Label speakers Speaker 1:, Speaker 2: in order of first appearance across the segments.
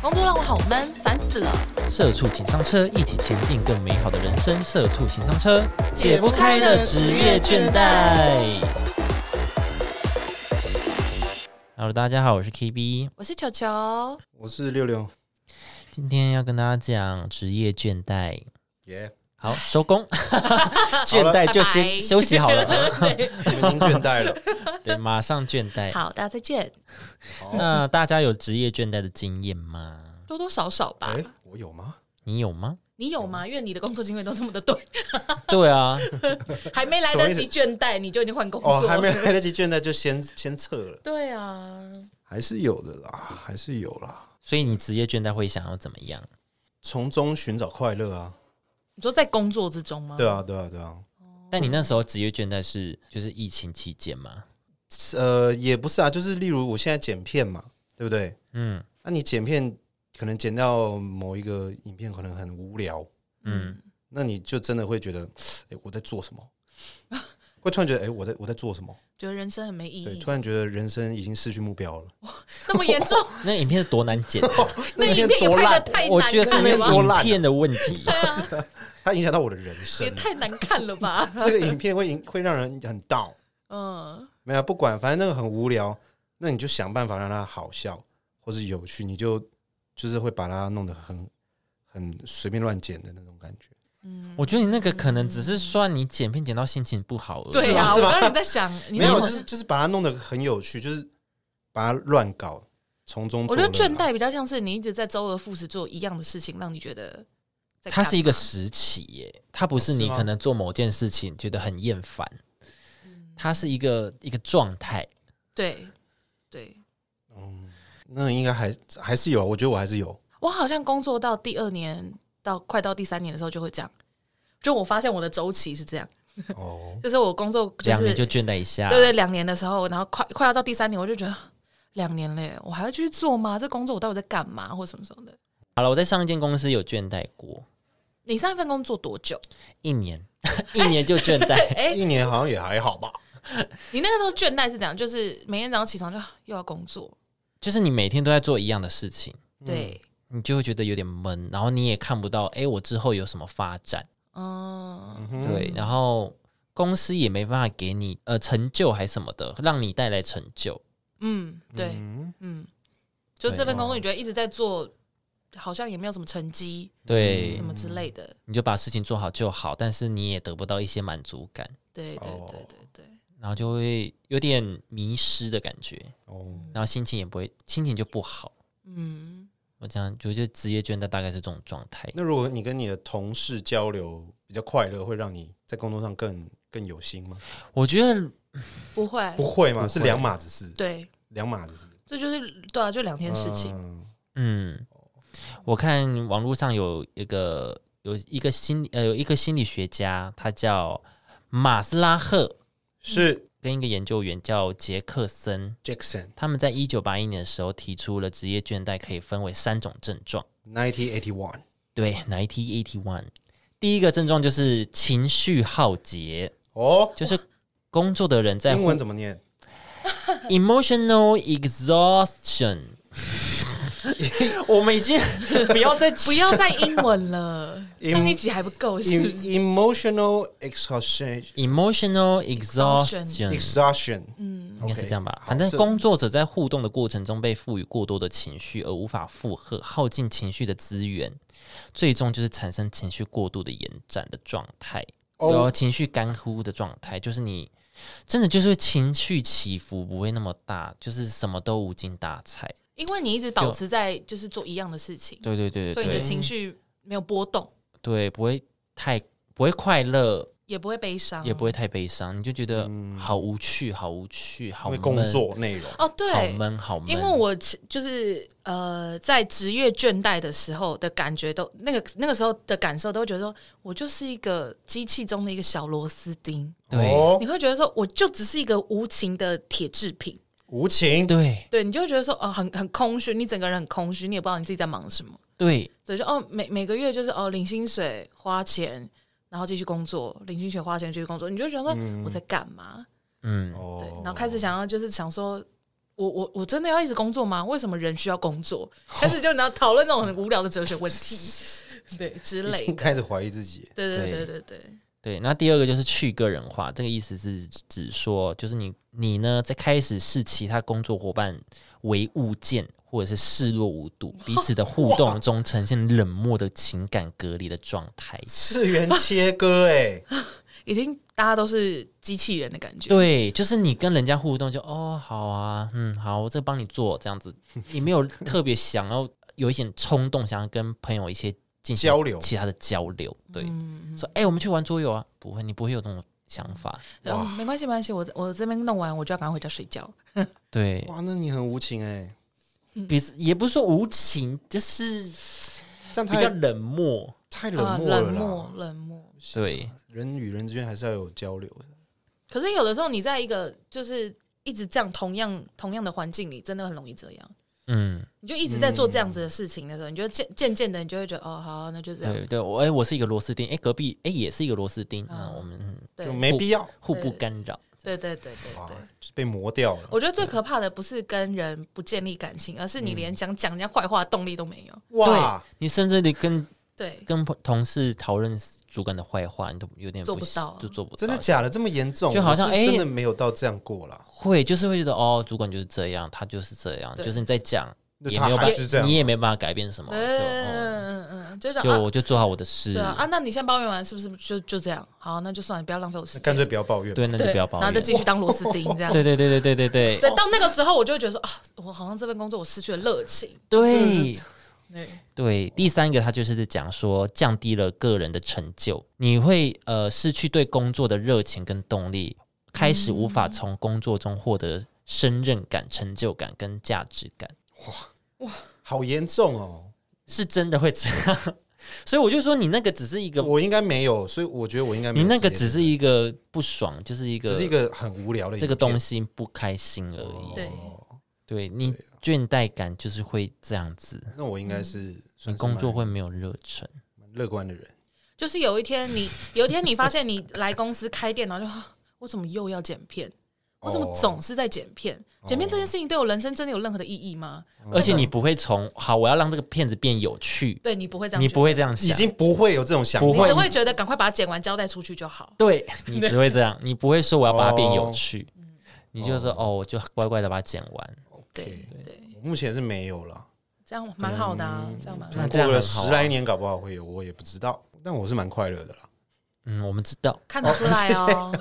Speaker 1: 工作让我好闷，烦死了。
Speaker 2: 社畜请上车，一起前进更美好的人生。社畜请上车，
Speaker 1: 解不开的职业倦怠。
Speaker 2: Hello，大家好，我是 KB，
Speaker 1: 我是球球，
Speaker 3: 我是六六，
Speaker 2: 今天要跟大家讲职业倦怠。
Speaker 3: 耶、
Speaker 2: 好，收 工，倦怠就
Speaker 1: 拜拜
Speaker 2: 先休息好了。
Speaker 1: 对，
Speaker 3: 我们已经倦怠 了。
Speaker 2: 对，马上倦怠。
Speaker 1: 好，大家再见，
Speaker 2: 那大家有职业倦怠的经验吗？
Speaker 1: 多多少少吧
Speaker 3: 哎、。我有吗？
Speaker 2: 你有吗？
Speaker 1: 你有吗？因为你的工作经验都那么的短，
Speaker 2: 对啊，
Speaker 1: 还没来得及倦怠，你就已经换工作
Speaker 3: 哦，还没
Speaker 1: 了。
Speaker 3: 来得及倦怠就先先撤了，
Speaker 1: 对啊，
Speaker 3: 还是有的啦，还是有啦。
Speaker 2: 所以你职业倦怠会想要怎么样？
Speaker 3: 从中寻找快乐啊，
Speaker 1: 你说在工作之中吗？
Speaker 3: 对啊，对啊，对啊。
Speaker 2: 但你那时候职业倦怠是就是疫情期间嘛？
Speaker 3: 呃，也不是啊，就是例如我现在剪片嘛，对不对？
Speaker 2: 嗯
Speaker 3: 那、你剪片可能剪到某一个影片，可能很无聊，
Speaker 2: 嗯，
Speaker 3: 那你就真的会觉得，哎、我在做什 么？会突然觉得，哎、我在我在做什么？
Speaker 1: 觉得人生很没意
Speaker 3: 对，
Speaker 1: 义
Speaker 3: 突，然觉得人生已经失去目标了。
Speaker 1: 那么严重，
Speaker 2: 那影片是多难剪，啊
Speaker 1: 那
Speaker 3: 影
Speaker 1: 影
Speaker 3: 片
Speaker 1: 片也
Speaker 3: 多
Speaker 1: 拍
Speaker 3: 烂
Speaker 1: 的太
Speaker 2: 我
Speaker 1: 难
Speaker 2: 觉得是
Speaker 1: 看
Speaker 2: 那
Speaker 1: 了吧
Speaker 3: 多？
Speaker 2: 个
Speaker 3: 烂
Speaker 2: 影片的问题。
Speaker 1: 对 啊，
Speaker 3: 哦它影响到我的人生
Speaker 1: 也
Speaker 3: 了。
Speaker 1: 太难看了吧？
Speaker 3: 这个影片会影会让人很 down。
Speaker 1: 嗯，
Speaker 3: 没有，不管，反正那个很无聊，那你就想办法让它好笑或是有趣，你就就是会把它弄得很很随便乱剪的那种感觉。
Speaker 1: 嗯
Speaker 2: 我觉得你那个可能只是算你剪片剪到心情不好而已。
Speaker 1: 对啊，
Speaker 3: 是
Speaker 1: 我
Speaker 3: 吗
Speaker 1: 刚刚也在想，你
Speaker 3: 没有，
Speaker 1: 那
Speaker 3: 就
Speaker 1: 么
Speaker 3: 是就是把它弄得很有趣，就是把它乱搞，从中
Speaker 1: 我
Speaker 3: 作
Speaker 1: 觉
Speaker 3: 乐
Speaker 1: 得
Speaker 3: 啊
Speaker 1: 倦怠比较像是你一直在周而复始做一样的事情，让你觉得在
Speaker 2: 它
Speaker 1: 干
Speaker 2: 是一个
Speaker 1: 嘛
Speaker 2: 时期耶，它不是
Speaker 3: 哦是
Speaker 2: 你
Speaker 3: 吗
Speaker 2: 可能做某件事情觉得很厌烦，
Speaker 1: 嗯
Speaker 2: 它是一个一个状态。
Speaker 1: 对对，
Speaker 3: 嗯，那应该还还是有，我觉得我还是 有。
Speaker 1: 我好像工作到第二年到快到第三年的时候就会这样，就我发现我的周期是这样，
Speaker 3: 哦，
Speaker 1: 就是我工作就
Speaker 2: 两
Speaker 1: 是
Speaker 2: 年就倦怠一下，
Speaker 1: 对对，两年的时候，然后快快要到第三年，我就觉得两年嘞，我还要继续做吗？这工作我到底在干嘛，或什么什么的？
Speaker 2: 好了，我在上一间公司有倦怠过
Speaker 1: 你上一份工作多久？
Speaker 2: 一年， 一年就倦怠。
Speaker 1: 哎、
Speaker 3: 一年好像也还好吧。
Speaker 1: 你那个时候倦怠是怎样？就是每天早上起床就啊又要工作，
Speaker 2: 就是你每天都在做一样的事情，
Speaker 1: 对，
Speaker 2: 你就会觉得有点闷，然后你也看不到，哎、我之后有什么发展？
Speaker 1: 嗯，
Speaker 3: 嗯哼
Speaker 2: 对，然后公司也没办法给你呃成就还什么的，让你带来成就。
Speaker 1: 嗯，对，
Speaker 3: 嗯
Speaker 1: 嗯，就
Speaker 2: 对
Speaker 1: 这份工作，你觉得一直在做，好像也没有什么成绩，
Speaker 2: 对
Speaker 3: 嗯
Speaker 2: 嗯
Speaker 1: 什，么之类的。
Speaker 2: 你就把事情做好就好，但是你也得不到一些满足感，
Speaker 1: 对对
Speaker 3: 哦
Speaker 1: 对对对，
Speaker 2: 然后就会有点迷失的感觉，
Speaker 3: 哦，
Speaker 2: 然后心情也不会，心情就不好。
Speaker 1: 嗯，
Speaker 2: 我讲，我觉得职业倦怠大概是这种状态。
Speaker 3: 那如果你跟你的同事交流比较快乐，会让你在工作上更更有心吗？
Speaker 2: 我觉得
Speaker 1: 不会，
Speaker 3: 不会嘛，
Speaker 2: 不会
Speaker 3: 是两码子事，
Speaker 1: 对，
Speaker 3: 两码子事。
Speaker 1: 这就是对啊，就两件事情。
Speaker 3: 嗯
Speaker 2: 嗯，我看网络上有一个有一个心呃有一个心理学家，他叫马斯拉赫，
Speaker 3: 是
Speaker 2: 跟一个研究员叫杰克森，
Speaker 3: Jackson
Speaker 2: 他们在一九八一年的时候提出了职业倦怠可以分为三种症状。
Speaker 3: nineteen eighty one。
Speaker 2: 对，ninety eighty one，第一个症状就是情绪耗竭，
Speaker 3: 哦，
Speaker 2: 就是工作的人在
Speaker 3: 英文怎么念？
Speaker 2: emotional exhaustion。我们已经不要再
Speaker 1: 不要再英文了，上一集还不够是
Speaker 3: Em- emotional exhaustion
Speaker 2: emotional
Speaker 1: Exhaustion
Speaker 2: exhaustion。
Speaker 3: exhaustion。
Speaker 1: 嗯
Speaker 2: 应该是
Speaker 3: OK，
Speaker 2: 这样吧。
Speaker 3: 好
Speaker 2: 反正
Speaker 3: 这
Speaker 2: 工作者在互动的过程中被赋予过多的情绪，而无法负荷，耗尽情绪的资源，最终就是产生情绪过度的延展的状态，然后
Speaker 3: 哦
Speaker 2: 情绪干枯的状态，就是你真的就是情绪起伏不会那么大，就是什么都无精打采。
Speaker 1: 因为你一直保持在就是做一样的事情，
Speaker 2: 对对对
Speaker 1: 所
Speaker 2: 对
Speaker 1: 以你的
Speaker 2: 对，
Speaker 1: 情绪没有波动，
Speaker 2: 对不会太不会快乐，
Speaker 1: 也不会悲伤，
Speaker 2: 也不会太悲伤，你就觉得好无趣，好无趣，好
Speaker 3: 因为
Speaker 2: 闷
Speaker 3: 工，作内容
Speaker 1: 哦，
Speaker 2: 好
Speaker 1: 对，
Speaker 2: 闷，好闷。
Speaker 1: 因为我其就是呃，在职业倦怠的时候的感觉都，那个那个时候的感受，都会觉得说我就是一个机器中的一个小螺丝钉，
Speaker 2: 对
Speaker 3: 哦
Speaker 1: 你会觉得说我就只是一个无情的铁制品，
Speaker 3: 无情
Speaker 2: 对
Speaker 1: 对，你就会觉得说哦，很很空虚，你整个人很空虚，你也不知道你自己在忙什么，
Speaker 2: 对，
Speaker 1: 对，就哦每每个月就是哦领薪水花钱，然后继续工作，领薪水花钱继续工作，你就会觉得说我在干嘛？
Speaker 2: 嗯。
Speaker 3: 嗯哦
Speaker 1: 对，然后开始想要就是想说，我我我真的要一直工作吗？为什么人需要工作？开始就你要讨论那种很无聊的哲学问 题，对之
Speaker 3: 已
Speaker 1: 类
Speaker 3: 经
Speaker 1: 的。
Speaker 3: 开始怀疑自己。
Speaker 1: 对对对
Speaker 2: 对
Speaker 1: 对对，
Speaker 2: 对，那第二个就是去个人化，这个意思是指说，就是你你呢在开始视其他工作伙伴为物件，或者是视若无睹，彼此的 互动中呈现冷漠的情感隔离的状态。
Speaker 3: 次元切割、 欸，哎，
Speaker 1: 已经大家都是机器人的感觉。
Speaker 2: 对，就是你跟人家互动就哦好啊，嗯好，我这帮你做这样子，你没有特别想要有一点冲动，想要跟朋友一些进行
Speaker 3: 交流嗯
Speaker 2: 其他的交流。对，说哎、我们去玩桌游啊，不会，你不会有这种想法。
Speaker 1: 然后
Speaker 3: 哇
Speaker 1: 嗯没关系没关系，我我这边弄完我就要赶快回家睡觉。
Speaker 2: 对，
Speaker 3: 哇，那你很无情哎、
Speaker 2: 比也不是说无情，就是
Speaker 3: 这样
Speaker 2: 比较
Speaker 3: 太
Speaker 2: 冷漠。
Speaker 3: 太冷
Speaker 1: 啊，
Speaker 3: 漠了
Speaker 1: 冷
Speaker 3: 啦。
Speaker 1: 漠冷漠。
Speaker 2: 对，
Speaker 3: 人与人之间还是要有交流的。
Speaker 1: 可是有的时候你在一个就是一直这样同样同样的环境里，真的很容易这样。
Speaker 2: 嗯，
Speaker 1: 你就一直在做这样子的事情的时候，你就渐渐渐的，你就会觉得哦，好，那就这样。
Speaker 2: 对对，我哎、我是一个螺丝钉，哎、隔壁哎、也是一个螺丝钉，那我们嗯
Speaker 1: 对
Speaker 3: 就没必要
Speaker 2: 互不干扰。
Speaker 1: 哦对对对对
Speaker 3: 哇
Speaker 1: 对。，
Speaker 3: 就被磨掉了。
Speaker 1: 我觉得最可怕的不是跟人不建立感情，而是你连想讲人家坏话的动力都没有。
Speaker 3: 哇，
Speaker 2: 你甚至你跟
Speaker 1: 对，
Speaker 2: 跟朋同事讨论主管的坏话，你都有点
Speaker 1: 做不
Speaker 2: 喜
Speaker 1: 到
Speaker 2: 就做不到。
Speaker 3: 真的假的？这么严重？
Speaker 2: 就好像
Speaker 3: 我是真
Speaker 2: 哎
Speaker 3: 的没有到这样过啦。
Speaker 2: 会就是会觉得哦，主管就是这样，他就是这样，
Speaker 1: 对
Speaker 2: 就是你在讲
Speaker 3: 那
Speaker 2: 也
Speaker 3: 他
Speaker 2: 没有
Speaker 3: 还
Speaker 2: 办
Speaker 3: 是这样
Speaker 2: 法，
Speaker 3: 啊
Speaker 2: 你也没办法改变什么，
Speaker 1: 嗯
Speaker 2: 就、嗯、
Speaker 1: 嗯嗯嗯，就是
Speaker 2: 就
Speaker 1: 啊，
Speaker 2: 我就做好我的事
Speaker 1: 对。啊，啊，那你先抱怨完是不是就就这样？好，那就算了，不要浪费我时
Speaker 3: 那
Speaker 1: 间。
Speaker 3: 干脆不要抱怨。
Speaker 2: 对，那就
Speaker 1: 对，
Speaker 2: 不要抱
Speaker 1: 然后
Speaker 2: 怨。
Speaker 1: 就继续当螺丝钉这样。
Speaker 2: 对对对对对对对
Speaker 1: 对，到那个时候我就会觉得说啊，我好像这份工作我失去了热情。
Speaker 2: 对
Speaker 1: 对，
Speaker 2: 对，第三个他就是在讲说降低了个人的成就，你会呃失去对工作的热情跟动力，开始无
Speaker 3: 嗯
Speaker 2: 法从工作中获得胜任感、成就感跟价值感，
Speaker 3: 好严重哦。
Speaker 2: 是真的会这样。 所以我就说你那个只是一个，
Speaker 3: 我应该没有，所以我觉得我应该没
Speaker 2: 你
Speaker 3: 有
Speaker 2: 那
Speaker 3: 这
Speaker 2: 个
Speaker 3: 些
Speaker 2: 只是一个不爽，就是一个
Speaker 3: 只是一个哦很无聊的
Speaker 2: 这个东
Speaker 3: 西。
Speaker 2: 西不开心而已。
Speaker 1: 对
Speaker 2: 对你
Speaker 3: 啊
Speaker 2: 倦怠感就是会这样子，
Speaker 3: 那我应该是
Speaker 2: 你
Speaker 3: 算是
Speaker 2: 嗯工作
Speaker 3: 蛮
Speaker 2: 会没有热忱。
Speaker 3: 蛮乐观的人。
Speaker 1: 就是有一天你有一天你发现你来公司开电脑就，啊我怎么又要剪片？我怎么
Speaker 3: 哦
Speaker 1: 总是在剪片？剪片这件事情对我人生真的有任何的意义吗？
Speaker 3: 嗯
Speaker 2: 而且你不会从好，我要让这个片子变有趣，
Speaker 1: 对你不会这样，
Speaker 2: 你不，会这样想，
Speaker 3: 已经不会有这种
Speaker 2: 啊
Speaker 3: 想
Speaker 2: 不
Speaker 1: 你
Speaker 3: 法，
Speaker 1: 只会觉得赶快把它剪完交代出去就好。
Speaker 2: 对 你只会这样，你不会说我要把它变有趣，
Speaker 1: 哦
Speaker 2: 你就说哦，我就乖乖的把它剪完。
Speaker 1: 对对，
Speaker 3: 我目前是没有了。
Speaker 1: 这样蛮好的啊，这样蛮好
Speaker 2: 那
Speaker 1: 的。
Speaker 2: 这
Speaker 3: 过
Speaker 2: 样
Speaker 3: 了
Speaker 2: 很好啊
Speaker 3: 十来年，搞不好会有，我也不知道。但我是蛮快乐的啦，
Speaker 2: 嗯，我们知 道。
Speaker 1: 看得出来哦，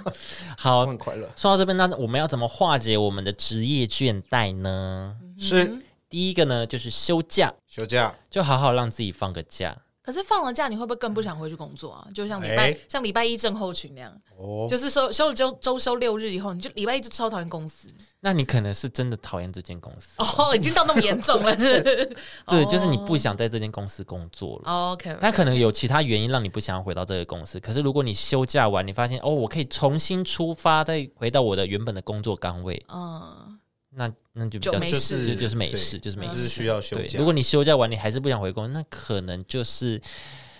Speaker 2: 好
Speaker 3: 我，很快乐。
Speaker 2: 说到这边，那我们要怎么化解我们的职业倦怠呢？
Speaker 3: 是
Speaker 2: 第一个呢，就是休假，
Speaker 3: 休假，
Speaker 2: 就好好让自己放个假。
Speaker 1: 可是放了假，你会不会更不想回去工作啊？就像礼拜、
Speaker 3: 哎
Speaker 1: 像礼拜一症候群那样，
Speaker 3: 哦，
Speaker 1: 就是休休了周周休六日以后，你就礼拜一就超讨厌公司
Speaker 2: 那你可能是真的讨厌这间公司，
Speaker 1: 哦，已经到那么严重了，是不是
Speaker 2: 对，就是你不想在这间公司工作了。
Speaker 1: 哦 OK，
Speaker 2: 但可能有其他原因让你不想要回到这个公司。可是如果你休假完，你发现哦，我可以重新出发，再回到我的原本的工作岗位，
Speaker 1: 嗯，
Speaker 2: 那那就比较
Speaker 1: 就没
Speaker 2: 就
Speaker 1: 事
Speaker 2: 就就是没事，
Speaker 3: 对
Speaker 2: 就是没
Speaker 3: 就
Speaker 2: 事。
Speaker 3: 嗯是需要休
Speaker 2: 对，
Speaker 3: 假。
Speaker 2: 如果你休假完你还是不想回工，那可能就是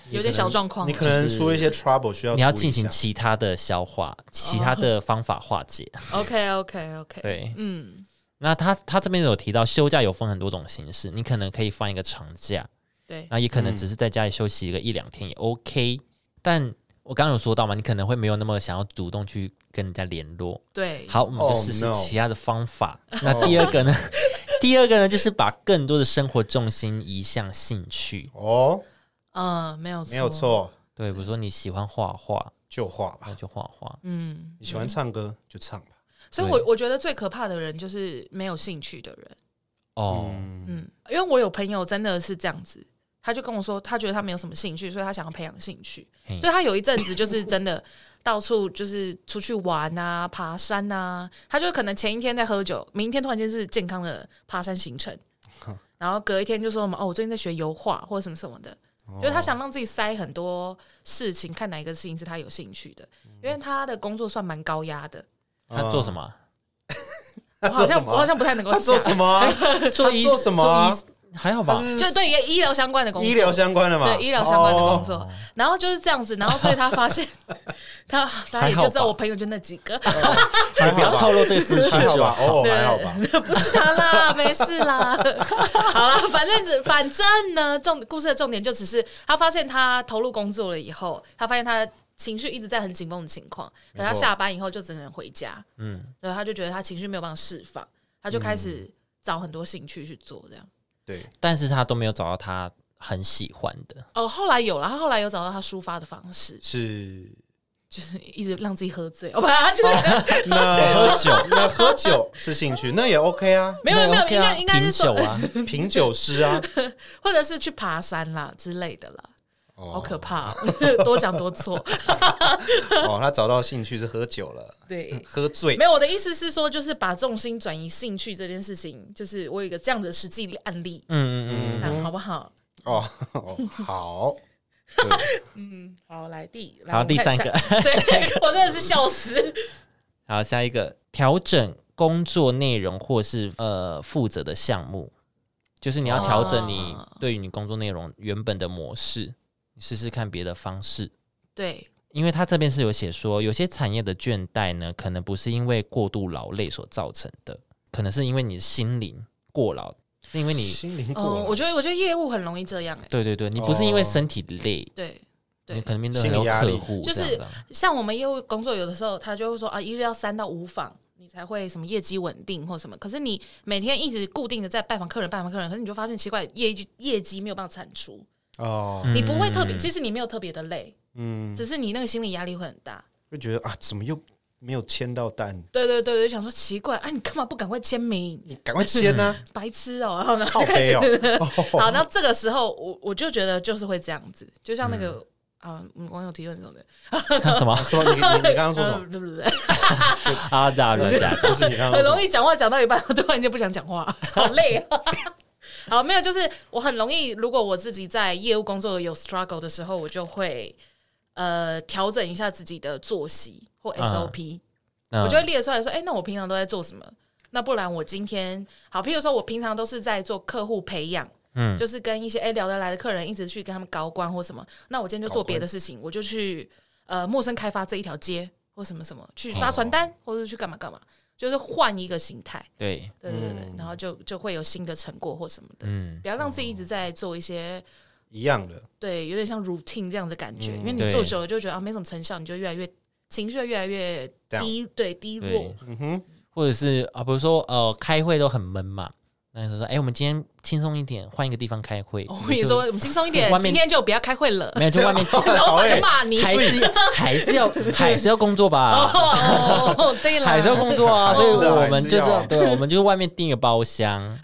Speaker 1: 有点小状况
Speaker 3: 你，可能出了一些 trouble，需要
Speaker 2: 你要
Speaker 3: 处理
Speaker 2: 进
Speaker 3: 一
Speaker 2: 行
Speaker 3: 下
Speaker 2: 其他的消化，其他的方法化解。
Speaker 1: OK OK OK，，
Speaker 2: 对，
Speaker 1: 嗯，
Speaker 2: 那他他这边有提到休假有分很多种形式，你可能可以放一个长假，
Speaker 1: 对，
Speaker 2: 那也可能
Speaker 3: 嗯
Speaker 2: 只是在家里休息一个一两天也 OK。但我刚刚有说到嘛，你可能会没有那么想要主动去跟人家联络。
Speaker 1: 对，
Speaker 2: 好，我们
Speaker 3: Oh,
Speaker 2: 就试试
Speaker 3: no. 哦
Speaker 2: 其他的方法。那第二个呢？ 第二个呢，就是把更多的生活重心移向兴趣。
Speaker 3: 哦，
Speaker 1: 嗯，没有
Speaker 3: 没有，错，
Speaker 2: 对，比如说你喜欢画画，
Speaker 3: 就画吧。
Speaker 2: 那就画画。
Speaker 1: 嗯，
Speaker 3: 你喜欢唱歌就唱吧。
Speaker 1: 所以我我觉得最可怕的人就是没有兴趣的人，
Speaker 2: 哦，
Speaker 1: 嗯，因为我有朋友真的是这样子，他就跟我说，他觉得他没有什么兴趣，所以他想要培养兴趣，
Speaker 2: 嘿
Speaker 1: 所以他有一阵子就是真的到处就是出去玩啊、爬山啊，他就可能前一天在喝酒，明天突然间是健康的爬山行 程，然后隔一天就说什么哦，我最近在学油画或者什么什么的，
Speaker 3: 哦
Speaker 1: 就是他想让自己塞很多事情，看哪一个事情是他有兴趣的，
Speaker 3: 嗯
Speaker 1: 因为他的工作算蛮高压 的，
Speaker 2: 他做什么啊？
Speaker 1: 我好
Speaker 3: 做什
Speaker 1: 像
Speaker 3: 么啊
Speaker 1: 我好像不太能够
Speaker 3: 他
Speaker 1: 讲
Speaker 3: 做。什么啊？
Speaker 2: 哎做
Speaker 3: 他做什么啊
Speaker 2: 医还好
Speaker 3: 它
Speaker 2: 吧？
Speaker 3: 是
Speaker 1: 就对一医疗相关的工作，
Speaker 3: 医疗相关的嘛，
Speaker 1: 对医疗相关的工
Speaker 3: 哦
Speaker 1: 作、然后就是这样子，然后所以他发 现，他大家也就知
Speaker 2: 还好吧
Speaker 1: 道我朋友就那几个，
Speaker 2: 你不要透露这个资讯
Speaker 3: 还好
Speaker 2: 就
Speaker 3: 吧，
Speaker 2: 好。
Speaker 3: 哦，
Speaker 1: 对
Speaker 3: 还好吧，
Speaker 1: 不是他啦，没事啦， 好啦，反正只反正呢，重故事的重点就只是他发现他投入工作了以后，他发现他情绪一直在很紧绷的情况，
Speaker 3: 没
Speaker 1: 等
Speaker 3: 错
Speaker 1: 他下班以后就只能回家，
Speaker 2: 嗯，
Speaker 1: 然后他就觉得他情绪没有办法释放，他就开始找很多兴趣去做这样。
Speaker 3: 对，
Speaker 2: 但是他都没有找到他很喜欢的。
Speaker 1: 哦，后来有了，他后来有找到他抒发的方式，
Speaker 3: 是
Speaker 1: 就是一直让自己喝醉，哦，不，他就是
Speaker 3: 那
Speaker 2: 喝酒，
Speaker 3: 那喝酒是兴趣，那也 OK 啊，
Speaker 1: 没有没有没
Speaker 2: 那
Speaker 1: 有，
Speaker 2: OK
Speaker 1: 应
Speaker 2: 啊
Speaker 1: 该应该是
Speaker 2: 品酒
Speaker 1: 说，
Speaker 2: 啊，
Speaker 3: 品酒师啊，
Speaker 1: 或者是去爬山啦之类的啦，好
Speaker 3: 哦
Speaker 1: 可怕哦， 多讲多 错。
Speaker 3: 哦，他找到兴趣是喝酒了，
Speaker 1: 对，
Speaker 3: 喝醉
Speaker 1: 没有我的意思是说，就是把重心转移兴趣这件事情，就是我有一个这样的实际案例，
Speaker 2: 嗯嗯嗯，
Speaker 1: 那好不好？
Speaker 3: 哦，哦好，
Speaker 1: 嗯，好，来第，来
Speaker 2: 好，第三，
Speaker 1: 我
Speaker 2: 个
Speaker 1: 们，看一下对 我真的是笑死，
Speaker 2: 好，下一个，调整工作内容或是呃负责的项目，就是你要调整你
Speaker 1: 哦
Speaker 2: 对于你工作内容原本的模式，你试试看别的方式。
Speaker 1: 对，
Speaker 2: 因为他这边是有写说，有些产业的倦怠呢，可能不是因为过度劳累所造成的，可能是因为你心灵过劳，是因为你
Speaker 3: 心灵
Speaker 1: 嗯，
Speaker 3: 过
Speaker 2: 哦
Speaker 3: 了，
Speaker 1: 我觉得我觉得业务很容易这样，哎，
Speaker 2: 对对对，你不是因为
Speaker 3: 哦
Speaker 2: 身体累，
Speaker 1: 对。
Speaker 2: 你
Speaker 1: 对，
Speaker 2: 可能面对很
Speaker 3: 心理
Speaker 2: 多
Speaker 3: 压
Speaker 2: 客
Speaker 3: 力
Speaker 2: 户
Speaker 1: 就
Speaker 2: 这样
Speaker 1: 是
Speaker 2: 子啊，
Speaker 1: 像我们业务工作，有的时候他就会说啊，一日要三到五访，你才会什么业绩稳定或什么。可是你每天一直固定的在拜访客人、拜访客人，可是你就发现奇怪，业绩业绩没有办法产出，
Speaker 3: 哦，
Speaker 1: 你不会特别，
Speaker 2: 嗯
Speaker 1: 其实你没有特别的累，
Speaker 3: 嗯，
Speaker 1: 只是你那个心理压力会很大。
Speaker 3: 就觉得啊，怎么又没有签到单？
Speaker 1: 对对对对，就想说奇怪，啊，你干嘛不赶快签名？
Speaker 3: 你赶快签啊，
Speaker 1: 白痴哦、然后呢，
Speaker 3: 靠 背哦，
Speaker 1: 好，那这个时候我我就觉得就是会这样子，就像那个。
Speaker 3: 嗯
Speaker 1: 啊，我们网友提问什么的，
Speaker 2: 嗯 什么
Speaker 3: 说你你你刚刚说什
Speaker 1: 呃
Speaker 3: 么？
Speaker 1: 不不不，
Speaker 2: 啊？当然的，
Speaker 3: 不是你刚刚
Speaker 1: 很
Speaker 3: 说
Speaker 1: 容易讲话讲到一半，我突然间不想讲话，好累啊。 好，没有，就是我很容易，如果我自己在业务工作有 struggle 的时候，我就会呃调整一下自己的作息或 SOP，、
Speaker 2: 嗯
Speaker 1: 我就会列出来说，哎、那我平常都在做什么？那不然我今天好，譬如说我平常都是在做客户培养，
Speaker 2: 嗯
Speaker 1: 就是跟一些哎、诶聊得来的客人一直去跟他们高官或什么，那我今天就做别的事情，我就去呃陌生开发这一条街或什么什么，去
Speaker 2: 哦
Speaker 1: 发传单、或者是去干嘛干嘛，就是换一个形态，
Speaker 2: 对，
Speaker 1: 对对对对，然后就就会有新的成果或什么的，
Speaker 2: 嗯，
Speaker 1: 不要让自己一直在做一些。
Speaker 3: 一样的，
Speaker 1: 对，有点像 routine 这样的感觉，
Speaker 3: 嗯
Speaker 1: 因为你
Speaker 2: 对
Speaker 1: 做久了就觉得啊没什么成效，你就越来越情绪越来越
Speaker 3: Down
Speaker 1: 低，对低落
Speaker 2: 对，，
Speaker 3: 嗯哼，
Speaker 2: 或者是啊，比如说呃，开会都很闷嘛，那就说哎、我们今天轻松一点，换一个地方开会。
Speaker 1: 哦我
Speaker 2: 我
Speaker 1: 跟
Speaker 2: 们
Speaker 1: 你
Speaker 2: 就
Speaker 1: 说，我们轻松一点
Speaker 2: 外，面
Speaker 1: 今天就不要开会了。
Speaker 2: 没有，哎就外面
Speaker 1: 老板
Speaker 3: 哎
Speaker 1: 就骂 你，
Speaker 2: 还是还是 要还是要工作吧，
Speaker 1: 哦， 对了，
Speaker 2: 还是要工作啊，
Speaker 3: 还
Speaker 2: 所
Speaker 3: 是
Speaker 2: 以
Speaker 3: 要
Speaker 2: 我们就是
Speaker 3: 还是要
Speaker 2: 对，我们就是外面订个包厢，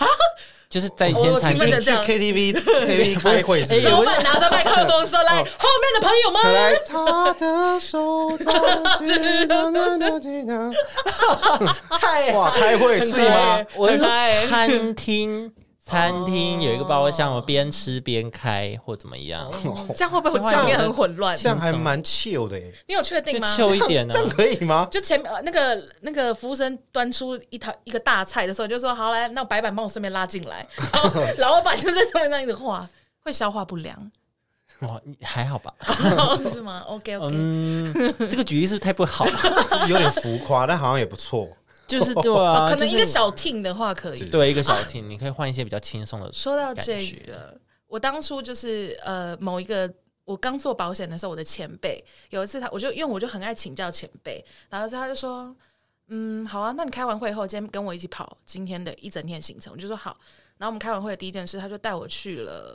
Speaker 2: 就是在一间
Speaker 1: 我
Speaker 2: 餐
Speaker 1: 兴奋
Speaker 2: 厅
Speaker 1: 的
Speaker 3: 去
Speaker 1: 这样
Speaker 3: KTV KTV 开会是不是
Speaker 2: 哎？
Speaker 1: 老板拿着麦克风说：“
Speaker 2: 哦
Speaker 1: 来，后面的朋友们，
Speaker 3: 来，他的手掌心哒哒哒哒哒 哇，开会是吗
Speaker 1: 对？
Speaker 2: 我是说
Speaker 1: 很嗨
Speaker 2: 餐厅，餐厅有一个包厢，我边吃边开或怎么样，
Speaker 3: 哦
Speaker 1: 这样会不会场面很混乱？
Speaker 3: 这样还蛮 chill 的耶，
Speaker 1: 你有确定
Speaker 2: 就
Speaker 1: 吗？
Speaker 2: 秀一点啊呢
Speaker 3: 这。样可以 吗？
Speaker 1: 就前面呃那个那个服务生端出一套一个大菜的时候，就说：‘好来，那白板帮我顺便拉进 来。’然后老板就在上面那样一直画，会消化不良 哦
Speaker 2: 哦，你还好吧？
Speaker 1: 是吗？OK OK，
Speaker 2: 嗯，这个举例是不是太不好了？啊
Speaker 3: 就是有点浮夸，但好像也不错。
Speaker 2: 就是对啊，
Speaker 1: 哦可能一个
Speaker 2: 就是
Speaker 1: 小 team 的话可以。
Speaker 2: 对一个小厅，你可以换一些比较轻松的。
Speaker 1: 说到这
Speaker 2: 感觉
Speaker 1: 个，我当初就是呃某一个。我刚做保险的时候，我的前辈有一次他，我就因为我就很爱请教前辈，然后他就说，嗯，好啊，那你开完会后，今天跟我一起跑今天的一整天行程，我就说好。然后我们开完会的第一件事，他就带我去了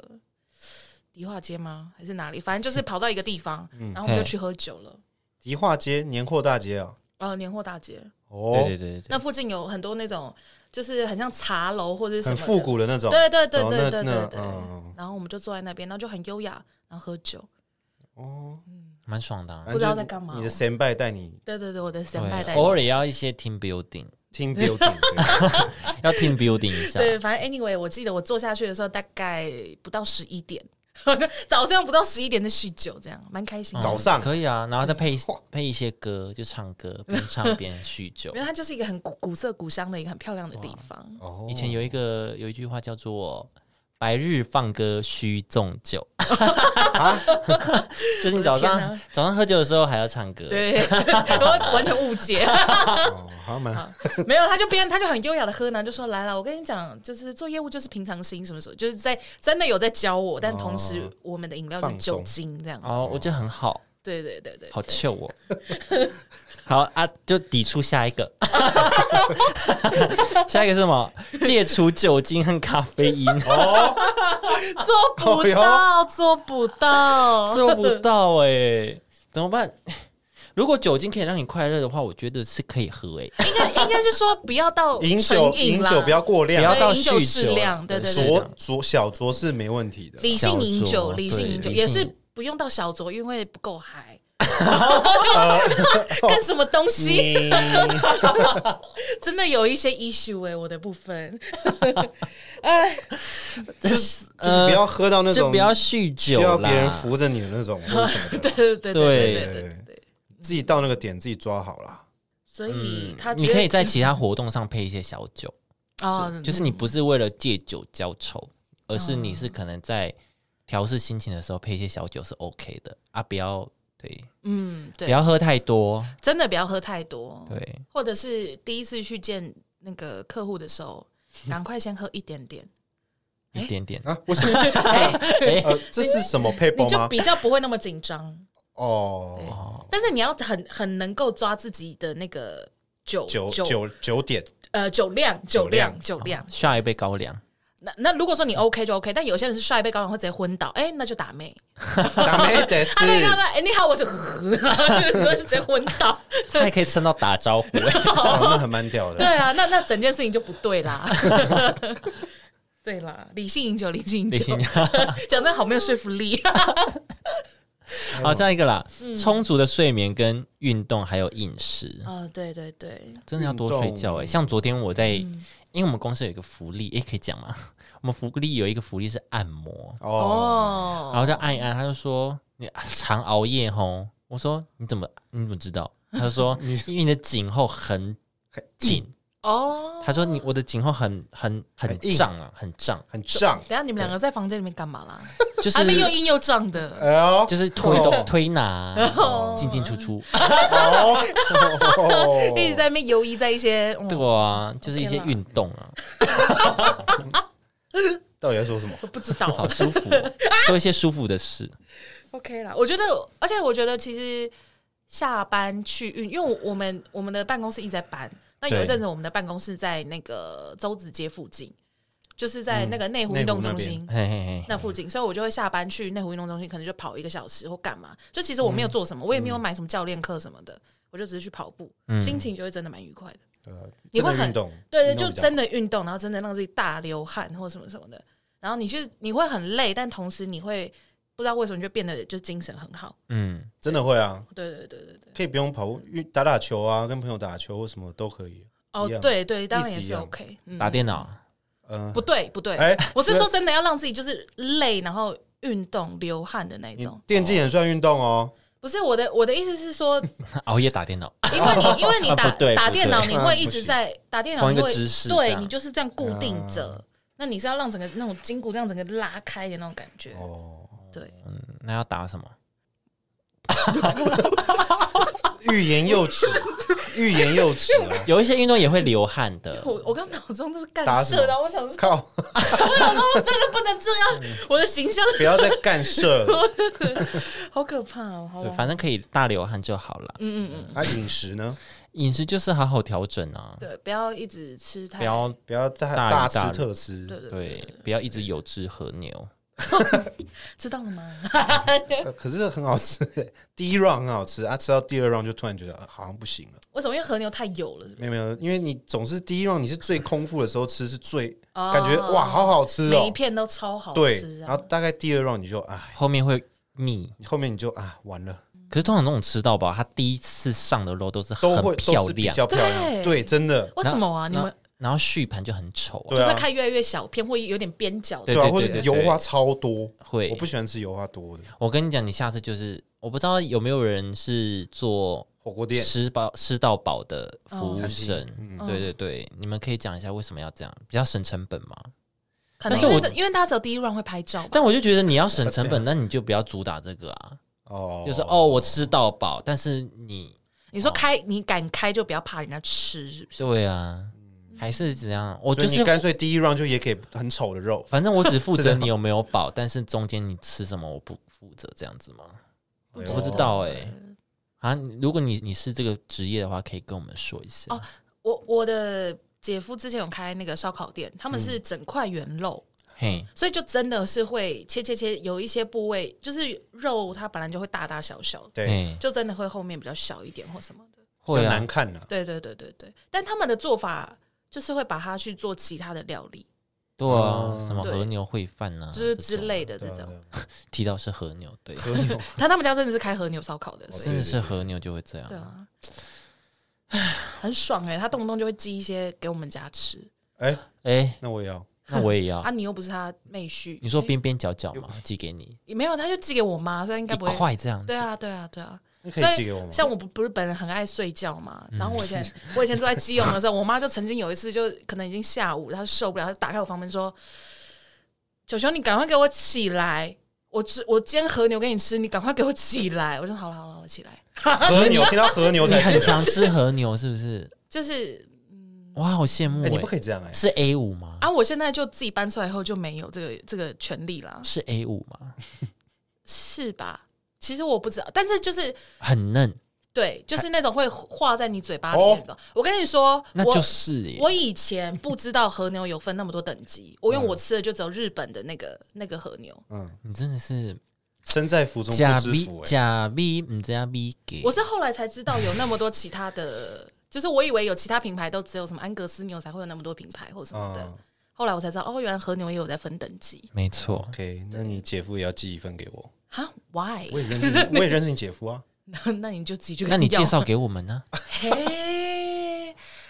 Speaker 1: 迪化街吗？还是哪里？反正就是跑到一个地方，
Speaker 2: 嗯
Speaker 1: 然后我们就去喝酒了。
Speaker 3: 迪化街年货大街啊，
Speaker 1: 呃，年货大街
Speaker 2: 对
Speaker 3: 哦
Speaker 2: 对，对对对，
Speaker 1: 那附近有很多那种，就是很像茶楼或者是什
Speaker 3: 很
Speaker 1: 么的
Speaker 3: 复古的那种。
Speaker 1: 对对对
Speaker 3: 哦
Speaker 1: 对
Speaker 3: 那
Speaker 1: 对对
Speaker 3: 那
Speaker 1: 对
Speaker 3: 嗯。
Speaker 1: 然后我们就坐在那边，然后就很优雅，然后喝酒，
Speaker 3: 哦，
Speaker 2: 蛮爽的啊。
Speaker 3: 不
Speaker 1: 不知道在干嘛
Speaker 3: 你的先辈带你
Speaker 1: 对对对，我的三拜
Speaker 2: 对，
Speaker 1: 在。
Speaker 2: 偶尔也要一些 team building，
Speaker 3: team building，对
Speaker 2: 要 team building 一下。
Speaker 1: 对，反正 anyway，我记得我坐下去的时候大概不到十一点， 早上不到十一点在酗酒，这样蛮开心
Speaker 2: 嗯，
Speaker 1: 的。
Speaker 3: 早上
Speaker 2: 可以啊，然后再配配一些歌，就唱歌，边唱边酗 酒
Speaker 1: 因为。它就是一个很古古色古香的一个很漂亮的地方。
Speaker 3: 哦
Speaker 2: 以前有一个有一句话叫做白日放歌须纵酒，
Speaker 3: 啊
Speaker 2: 就是你早
Speaker 1: 我的天
Speaker 2: 上
Speaker 1: 哪
Speaker 2: 早上喝酒的时候还要唱歌，
Speaker 1: 对，我完全误解，
Speaker 3: 哦，好蛮
Speaker 1: 没有，他就边他就很优雅的喝呢，就说来了，我跟你讲，就是做业务就是平常心，什么时候就是在真的有在教我，但同时
Speaker 3: 哦
Speaker 1: 我们的饮料是
Speaker 3: 放松
Speaker 1: 酒精这样，
Speaker 2: 哦，我觉得很好，
Speaker 1: 对对对对，
Speaker 2: 好糗哦。 好啊，就抵触下一个， 下一个是什么？戒除酒精和咖啡因，
Speaker 1: 做
Speaker 3: 好
Speaker 1: 不到，
Speaker 3: 哟
Speaker 1: 做不到，
Speaker 2: 做不到哎、怎么办？如果酒精可以让你快乐的话，我觉得是可以喝哎、
Speaker 1: 应该应该是说不要到
Speaker 3: 饮
Speaker 1: 成
Speaker 3: 酒
Speaker 1: 瘾
Speaker 3: 饮
Speaker 1: 啦
Speaker 3: 酒不要过
Speaker 2: 不
Speaker 3: 量
Speaker 2: 要，到
Speaker 1: 对饮酒
Speaker 2: 酗
Speaker 1: 适
Speaker 2: 酒啊
Speaker 1: 量对对对
Speaker 2: 适
Speaker 1: 对
Speaker 3: 酌
Speaker 2: 量
Speaker 3: 酌小酌是没问题的。
Speaker 1: 理性饮
Speaker 2: 小
Speaker 1: 酒，
Speaker 2: 酌
Speaker 1: 理性饮酒
Speaker 2: 对
Speaker 1: 也是
Speaker 2: 理性
Speaker 1: 不用到小酌，因为不够嗨。干什么东西？真的有一些 issue 哎、我的部分，哎，
Speaker 3: 就是不要喝到那
Speaker 2: 就
Speaker 3: 种
Speaker 2: 不要酗
Speaker 3: 需
Speaker 2: 酒啦，
Speaker 3: 要别人扶着你的那种，或者什么
Speaker 1: 对
Speaker 3: 的
Speaker 1: 对对对对
Speaker 2: 对
Speaker 1: 对对对，
Speaker 3: 自己到那个点自己抓好啦。
Speaker 1: 所以嗯他
Speaker 2: 嗯你
Speaker 1: 觉
Speaker 2: 可
Speaker 1: 得
Speaker 2: 以在其他活动上配一些小酒，
Speaker 1: 哦，
Speaker 2: 就是你不是为了借酒浇愁，而是你是可能在调试心情的时候配一些小酒是 OK 的啊，不要对，
Speaker 1: 嗯，
Speaker 2: 不
Speaker 1: 对，
Speaker 2: 要喝太多，
Speaker 1: 真的不要喝太多，
Speaker 2: 对，
Speaker 1: 或者是第一次去见那个客户的时候，赶快先喝一点点，
Speaker 2: 一点点。
Speaker 3: 啊，我是呃，这是什么配
Speaker 1: 你
Speaker 3: 包
Speaker 1: 就
Speaker 3: 吗？
Speaker 1: 比较不会那么紧张。
Speaker 3: 哦，
Speaker 1: 但是你要很很能够抓自己的那个酒
Speaker 3: 九九 九点，
Speaker 1: 呃酒量酒
Speaker 3: 酒量
Speaker 1: 量啊嗯酒量。
Speaker 2: 下一杯高粱，
Speaker 1: 那那如果说你 OK 就 OK，但有些人是下一杯高粱会直接昏倒，哎、那就打妹。
Speaker 3: 打没得是
Speaker 1: 他那个哎、你好，我就 就直接昏 倒。
Speaker 2: 他还可以撑到打招呼、欸
Speaker 3: 哦那很蛮屌
Speaker 1: 对
Speaker 3: 的。
Speaker 1: 啊，那那整件事情就不对啦。 对啦，理性饮酒，理性饮
Speaker 2: 李
Speaker 1: 酒
Speaker 2: 欣，
Speaker 1: 讲的好没有说服力。
Speaker 2: 好，下一个啦，充足的睡眠跟运动还有饮食，
Speaker 1: 啊、对对对，
Speaker 2: 真的要多睡觉哎、
Speaker 3: 运动
Speaker 2: 像昨天我在，因为我们公司有一个福利，哎、可以讲吗？ 我们福利有一个福利是按摩，
Speaker 3: 哦，
Speaker 1: 哦，
Speaker 2: 然后就按一按，他就说你常熬夜吼。我说你怎么你怎么知道？他就说因为你的颈后很紧。
Speaker 1: 哦，
Speaker 2: 他说你我的颈后很很很
Speaker 3: 很硬
Speaker 2: 胀啊，很胀，
Speaker 3: 很胀。
Speaker 1: 等一下你们两个在房间里面干嘛啦？
Speaker 2: 就是
Speaker 1: 他们又硬又胀的，
Speaker 3: 哎呦，
Speaker 2: 就是推
Speaker 3: 哦
Speaker 2: 动推拿，啊进进出出。
Speaker 3: 哦
Speaker 1: 一直在那边游移在一些，嗯
Speaker 2: 对啊，就是一些
Speaker 1: OK 啦
Speaker 2: 运动啊，
Speaker 3: 到底在说什么？
Speaker 1: 我不知道。
Speaker 2: 好舒服，哦
Speaker 3: 啊
Speaker 2: 做一些舒服的事。
Speaker 1: OK 啦，我觉得，而且我觉得其实下班去运，因为我我们我们的办公室一直在搬，那有一
Speaker 2: 对
Speaker 1: 阵子我们的办公室在那个周子街附近，就是在那个嗯内湖
Speaker 3: 内湖
Speaker 1: 运动
Speaker 3: 那
Speaker 1: 中
Speaker 3: 边
Speaker 1: 心。
Speaker 2: 嘿嘿嘿，
Speaker 1: 那附近，所以我就会下班去内湖运动中心，可能就跑一个小时或干嘛。就其实我没有做什么，我也没有买什么教练课什么的，我就只是去跑步，心情就会真的蛮愉快的。
Speaker 3: 呃，
Speaker 1: 你
Speaker 3: 真
Speaker 1: 会
Speaker 3: 的
Speaker 1: 很
Speaker 3: 运动，
Speaker 1: 对对，
Speaker 3: 运动
Speaker 1: 就
Speaker 3: 比较
Speaker 1: 真的运动，然后真的让自己大流汗或什么什么的，然后你去你会很累，但同时你会不知道为什么就变得就精神很好。
Speaker 2: 嗯，
Speaker 3: 真的会啊，
Speaker 1: 对对对对对，
Speaker 3: 可以不用跑步，运打打球啊，跟朋友打球或什么都可以。
Speaker 1: 哦
Speaker 3: 一样
Speaker 1: 对对，当然也
Speaker 3: 意思
Speaker 1: 是
Speaker 3: 一样
Speaker 1: OK。嗯，
Speaker 2: 打电脑，
Speaker 3: 嗯，
Speaker 1: 不对不对，
Speaker 3: 哎，
Speaker 1: 我是说真的要让自己就是累，然后运动流汗的那
Speaker 3: 你
Speaker 1: 种。
Speaker 3: 电竞也算运动哦。
Speaker 1: 不是我的我的意思是说，
Speaker 2: 熬夜打电脑，
Speaker 1: 因为你因为你打
Speaker 2: 啊不对
Speaker 1: 打
Speaker 2: 不对
Speaker 1: 电脑，你会
Speaker 3: 嗯
Speaker 1: 一直在打电脑，
Speaker 2: 同一
Speaker 1: 你
Speaker 2: 个
Speaker 1: 会
Speaker 2: 姿势这
Speaker 1: 对
Speaker 2: 样啊
Speaker 1: 你就是这样固定着。那你是要让整个那种筋骨这样整个拉开的那种感觉，
Speaker 3: 哦，
Speaker 1: 对，
Speaker 2: 那要打什么？
Speaker 3: 欲言又 止，欲言又止啊！
Speaker 2: 有一些运动也会流汗 的，
Speaker 1: 我我刚脑中都是干
Speaker 3: 打什
Speaker 1: 涉
Speaker 3: 么
Speaker 1: 的，我想说，
Speaker 3: 靠，
Speaker 1: 我想说，我真的不能这样， 我的形象
Speaker 3: 不要再干涉了。
Speaker 1: 好可怕哦，好
Speaker 2: 对，
Speaker 1: 吧，
Speaker 2: 反正可以大流汗就好了。
Speaker 1: 嗯嗯嗯，
Speaker 3: 啊，饮食呢？
Speaker 2: 饮食就是好好调整啊，
Speaker 1: 对，不要一直吃太，
Speaker 2: 不要
Speaker 3: 不要再
Speaker 2: 大鱼大
Speaker 3: 大吃
Speaker 2: 肉
Speaker 3: 特吃。
Speaker 1: 对对，
Speaker 2: 对，不要一直有汁和牛。
Speaker 1: 知道了吗？
Speaker 3: 呃可是很好吃 欸，第一 round 很好吃啊，吃到第二 round 就突然觉得呃好像不行了。
Speaker 1: 为什么？因为和牛太油了，是不
Speaker 3: 没有没有，因为你总是第一 round 你是最空腹的时候吃，是最
Speaker 1: 哦
Speaker 3: 感觉哇好好吃
Speaker 1: 是每一
Speaker 3: 哦。
Speaker 1: 片都超好
Speaker 3: 对，
Speaker 1: 吃
Speaker 3: 然
Speaker 1: 啊
Speaker 3: 后！大概第二 round 你就哎，
Speaker 2: 后面会腻。
Speaker 3: 你后面你就啊完了，
Speaker 2: 可是通常这种吃到饱，它第一次上的肉都是
Speaker 3: 都
Speaker 2: 很
Speaker 3: 会
Speaker 2: 漂
Speaker 3: 都是比
Speaker 2: 亮，
Speaker 3: 较漂亮。
Speaker 1: 对
Speaker 3: 对，真的，
Speaker 1: 为什么啊？你
Speaker 2: 然后
Speaker 1: 们
Speaker 2: 然后续盘就很丑啊，
Speaker 3: 对
Speaker 1: 就会
Speaker 3: 啊，
Speaker 1: 看越来越小片，会有点边角的
Speaker 2: 对
Speaker 3: 对啊，
Speaker 2: 对
Speaker 3: 或
Speaker 2: 对
Speaker 3: 者
Speaker 2: 对
Speaker 3: 油
Speaker 2: 对
Speaker 3: 花超多，
Speaker 2: 会
Speaker 3: 我。不喜欢吃油花多的
Speaker 2: 我跟你讲，你下次就是，我不知道有没有人是做
Speaker 3: 火锅店。嗯
Speaker 2: 吃饱吃到饱的服务
Speaker 3: 餐
Speaker 2: 生
Speaker 3: 厅，
Speaker 1: 嗯
Speaker 2: 对对对，你们可以讲一下为什么要这样，比较省成本嘛。
Speaker 1: 可能
Speaker 2: 但是
Speaker 1: 因为
Speaker 2: 我
Speaker 1: 的因为大家只有第一 round 会拍照吧，
Speaker 2: 但我就觉得你要省成本，那你就不要主打这个啊，
Speaker 3: 哦，
Speaker 2: 就是哦，我吃到饱，但是你
Speaker 1: 你说开你敢开就不要怕人家吃，是不是？
Speaker 2: 对啊，还是怎样？我
Speaker 3: 嗯所
Speaker 2: 就
Speaker 3: 以
Speaker 2: 是
Speaker 3: 你干脆第一 round 就也给很丑的肉，
Speaker 2: 反正我只负
Speaker 3: 是这
Speaker 2: 责
Speaker 3: 啊样
Speaker 2: 你有没有饱，但是中间你吃什么我不负责，这样子吗？
Speaker 3: 哎呦
Speaker 2: 我不知道哎、啊，如果你你是这个职业的话，可以跟我们说一下。
Speaker 1: 哦我我的姐夫之前有开那个烧烤店，他们是整块原肉，
Speaker 2: 嘿，
Speaker 1: 所以就真的是会切切切，有一些部位就是肉它本来就会大大小小，
Speaker 3: 对，
Speaker 2: 嘿，
Speaker 1: 就真的会后面比较小一点或什么的。
Speaker 3: 就
Speaker 2: 会哎啊
Speaker 3: 难，看了。
Speaker 1: 对对对对对，但他们的做法就是会把它去做其他的料理，
Speaker 2: 对啊，
Speaker 3: 嗯
Speaker 2: 什么
Speaker 1: 对
Speaker 2: 和牛烩饭啊，
Speaker 1: 就是
Speaker 2: 这
Speaker 1: 之
Speaker 2: 种
Speaker 1: 类的这
Speaker 3: 对啊
Speaker 1: 种。
Speaker 3: 对啊
Speaker 2: 提到是和牛，对，
Speaker 3: 和 牛，
Speaker 1: 但他们家真的是开和牛烧烤
Speaker 3: 哦
Speaker 1: 的，所以
Speaker 2: 真的是和牛就会这样
Speaker 1: 对。啊，很爽哎、他动不动就会寄一些给我们家吃
Speaker 3: 哎，
Speaker 2: 哎，
Speaker 3: 那我也要，
Speaker 2: 那我也要
Speaker 1: 啊，。你又不是他妹婿，
Speaker 2: 你说
Speaker 1: 哎
Speaker 2: 边边角角嘛，寄给你
Speaker 1: 也没有，他就寄给我妈，所以应该
Speaker 2: 一
Speaker 1: 不会。
Speaker 2: 块这样子
Speaker 1: 对，啊，对啊，对啊。
Speaker 3: 那可
Speaker 1: 所
Speaker 3: 以寄给我
Speaker 1: 以
Speaker 2: 嗯
Speaker 3: 吗？
Speaker 1: 像我不不是本人很爱睡觉嘛，然后我以前 我以前住在基隆的时候，我妈就曾经有一次就可能已经下午，她受不了，她就打开我房门说：“九球，你赶快给我起来！我吃我煎和牛给你吃，你赶快给我起来！”我说：“好了好了，好了，起来。
Speaker 3: 和牛，听到和牛
Speaker 2: 你
Speaker 3: 才
Speaker 2: 很常吃和牛是不是？”
Speaker 1: 就是
Speaker 2: 哇，好羡慕
Speaker 3: 哎，你不可
Speaker 2: 哎！
Speaker 3: 以这样哎，
Speaker 2: 是 A 五吗？
Speaker 1: 嗯啊，我现在就自己搬出来以后就没有这个这个权利啦，
Speaker 2: 是 A 五吗？
Speaker 1: 是吧？其实我不知道，但是就是
Speaker 2: 很嫩，
Speaker 1: 对，就是那种会化在你嘴巴里面的。我跟你说，
Speaker 2: 哦那
Speaker 1: 我
Speaker 2: 就是耶
Speaker 1: 我以前不知道和牛有分那么多等级， 我因为我吃的就只有日本的那个那个和牛，
Speaker 3: 嗯，
Speaker 2: 你真的是
Speaker 3: 身在福中
Speaker 2: 假
Speaker 3: 不知
Speaker 2: B
Speaker 3: 福哎，
Speaker 2: 假 B，你这样 B
Speaker 3: 嗯
Speaker 2: 给
Speaker 1: 我是后来才知道有那么多其他的， 就是我以为有其他品牌都只有什么安格斯牛才会有那么多品牌或什么的，
Speaker 3: 嗯
Speaker 1: 后来我才知道哦，原来和牛也有在分等级
Speaker 2: 没错，
Speaker 3: ，OK，那你姐夫也要寄一份给 我，
Speaker 1: 哈 Why？
Speaker 3: 我也认识你，我也认识你姐夫啊，
Speaker 1: 那 那你就自己去跟
Speaker 2: 那你
Speaker 1: 要
Speaker 2: 介绍给我们呢？
Speaker 1: 嘿。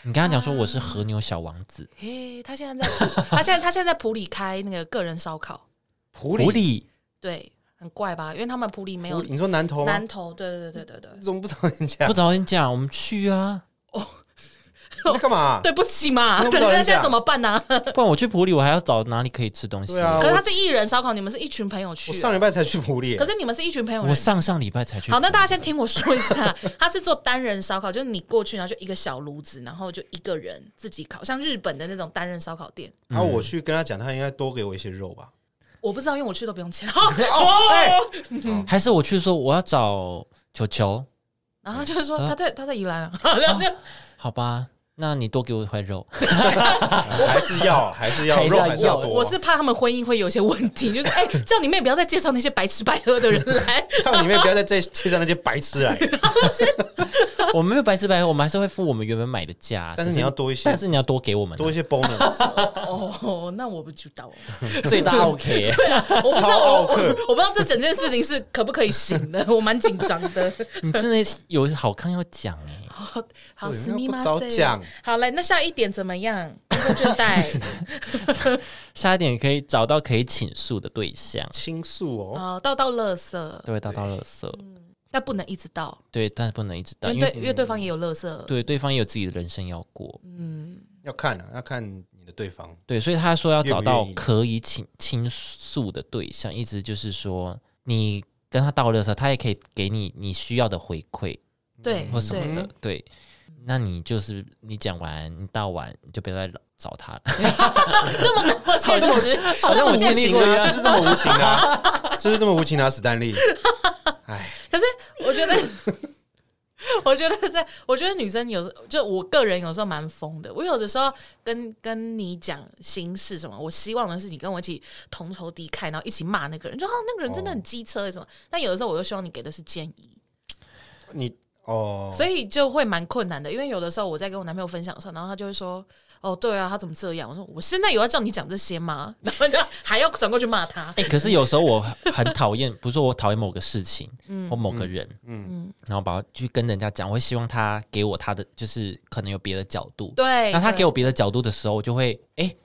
Speaker 2: 你刚刚讲说我是和牛小王子，
Speaker 1: 嘿，他现在在 普，他现在他现在在普里开那个个人烧烤，
Speaker 3: 普
Speaker 2: 狐
Speaker 3: 里，
Speaker 2: 狸
Speaker 1: 对，很怪吧？因为他们普里没有
Speaker 3: 普里你说南投吗
Speaker 1: 南？投，对对对对对对
Speaker 3: 你，怎么不找人家
Speaker 2: 不？早点讲，我们去啊，
Speaker 3: 你在干嘛？
Speaker 1: 对不起嘛，
Speaker 3: 那
Speaker 1: 可
Speaker 3: 不
Speaker 1: 是
Speaker 3: 找人
Speaker 1: 现在
Speaker 3: 家
Speaker 1: 怎么办呢、
Speaker 2: 不然我去普里，我还要找哪里可以吃东西
Speaker 3: 对。啊
Speaker 1: 可是
Speaker 3: 我
Speaker 1: 他是一人烧烤，你们是一群朋友去
Speaker 3: 我
Speaker 1: 啊、
Speaker 3: 上礼拜才去普里，哎
Speaker 1: 可是你们是一群朋友
Speaker 2: 我
Speaker 1: 人。
Speaker 2: 上上礼拜才去，
Speaker 1: 好，那大家先听我说一下， 他是做单人烧烤，就是你过去，然后就一个小炉子，然后就一个人自己烤，像日本的那种单人烧烤店。
Speaker 3: 然后我去跟他讲，他应该多给我一些肉 吧。
Speaker 1: 我不知道，因为我去都不用 钱。
Speaker 3: 哦，哎，
Speaker 2: 还是我去说我要找球球，
Speaker 1: 然后他就是说他在他在宜兰啊，然后就
Speaker 2: 好吧？那你多给我一块 肉，
Speaker 3: 还是要，还是要
Speaker 2: 还是
Speaker 3: 肉，
Speaker 2: 要
Speaker 3: 还是要
Speaker 2: 要
Speaker 3: 多。
Speaker 1: 我是怕他们婚姻会有一些问题，就是哎、
Speaker 3: 哦
Speaker 1: 叫你妹不要再介绍那些白吃白喝的人来，
Speaker 3: 叫你们不要再再介绍那些白痴来，
Speaker 2: 我们没有白吃白喝，我们还是会付我们原本买的价，
Speaker 3: 但是
Speaker 2: 只
Speaker 3: 你要多一些
Speaker 2: 但是你要多给我们啊
Speaker 3: 多一些 bonus。
Speaker 1: 哦，那我不知 道，
Speaker 2: 最大 OK，
Speaker 1: 我不知道，
Speaker 3: 超
Speaker 1: 我
Speaker 3: 奥
Speaker 1: 我
Speaker 3: 克
Speaker 1: 我不知道这整件事情是可不可以行的，我蛮紧张的。
Speaker 2: 你真的有好看要讲哎，
Speaker 1: 好，好，
Speaker 3: 对
Speaker 1: 斯密哦马
Speaker 3: 不早讲
Speaker 1: 好嘞，那下一点怎么 样？工作倦怠
Speaker 2: 下一点可以找到可以倾诉的对象，
Speaker 3: 倾诉哦，
Speaker 1: 哦，倒到垃圾，
Speaker 2: 对，到到垃圾，
Speaker 1: 但不能一直倒，
Speaker 2: 对，但是不能一直
Speaker 1: 因
Speaker 2: 当，
Speaker 1: 为
Speaker 2: 因
Speaker 1: 对
Speaker 2: 为，嗯
Speaker 1: 因为嗯对方也有垃圾。
Speaker 2: 对对方也有自己的人生要过，
Speaker 3: 要看啊，要看你的对方。
Speaker 2: 对，所以他说要找
Speaker 3: 愿
Speaker 2: 到
Speaker 3: 不愿意
Speaker 2: 可以倾倾诉的对象，意思就是说你跟他道乐的时候，他也可以给你你需要的回馈
Speaker 1: 对
Speaker 2: 或什么
Speaker 1: 对
Speaker 2: 的，对。那你就是你讲完，你道完，你就别再找他了。
Speaker 1: 那么那么现 实，
Speaker 2: 好像
Speaker 1: 那么
Speaker 2: 我们
Speaker 1: 现
Speaker 2: 经历
Speaker 1: 实
Speaker 2: 过。
Speaker 3: 啊，就是这么无情 啊，就是这么无情啊，史丹利。哎，
Speaker 1: 可是我觉得， 我觉得在，我觉得女生有时就我个人有时候蛮疯的。我有的时候跟跟你讲心事什么，我希望的是你跟我一起同仇敌忾，然后一起骂那个人，就哦那个人真的很机车什么。但有的时候我又希望你给的是建议，
Speaker 3: 你哦，
Speaker 1: 所以就会蛮困难的。因为有的时候我在跟我男朋友分享的时候，然后他就会说。哦，对啊，他怎么这样？我说我现在有要叫你讲这些吗？ 然后就还要转过去骂他。
Speaker 2: 哎、 可是有时候我很讨厌，不是说我讨厌某个事情，或某个人，嗯，然后把它去跟人家讲，我会希望他给我他的，就是可能有别的角度，
Speaker 1: 对，
Speaker 2: 那他
Speaker 1: 对
Speaker 2: 给我别的角度的时候，我就会哎、诶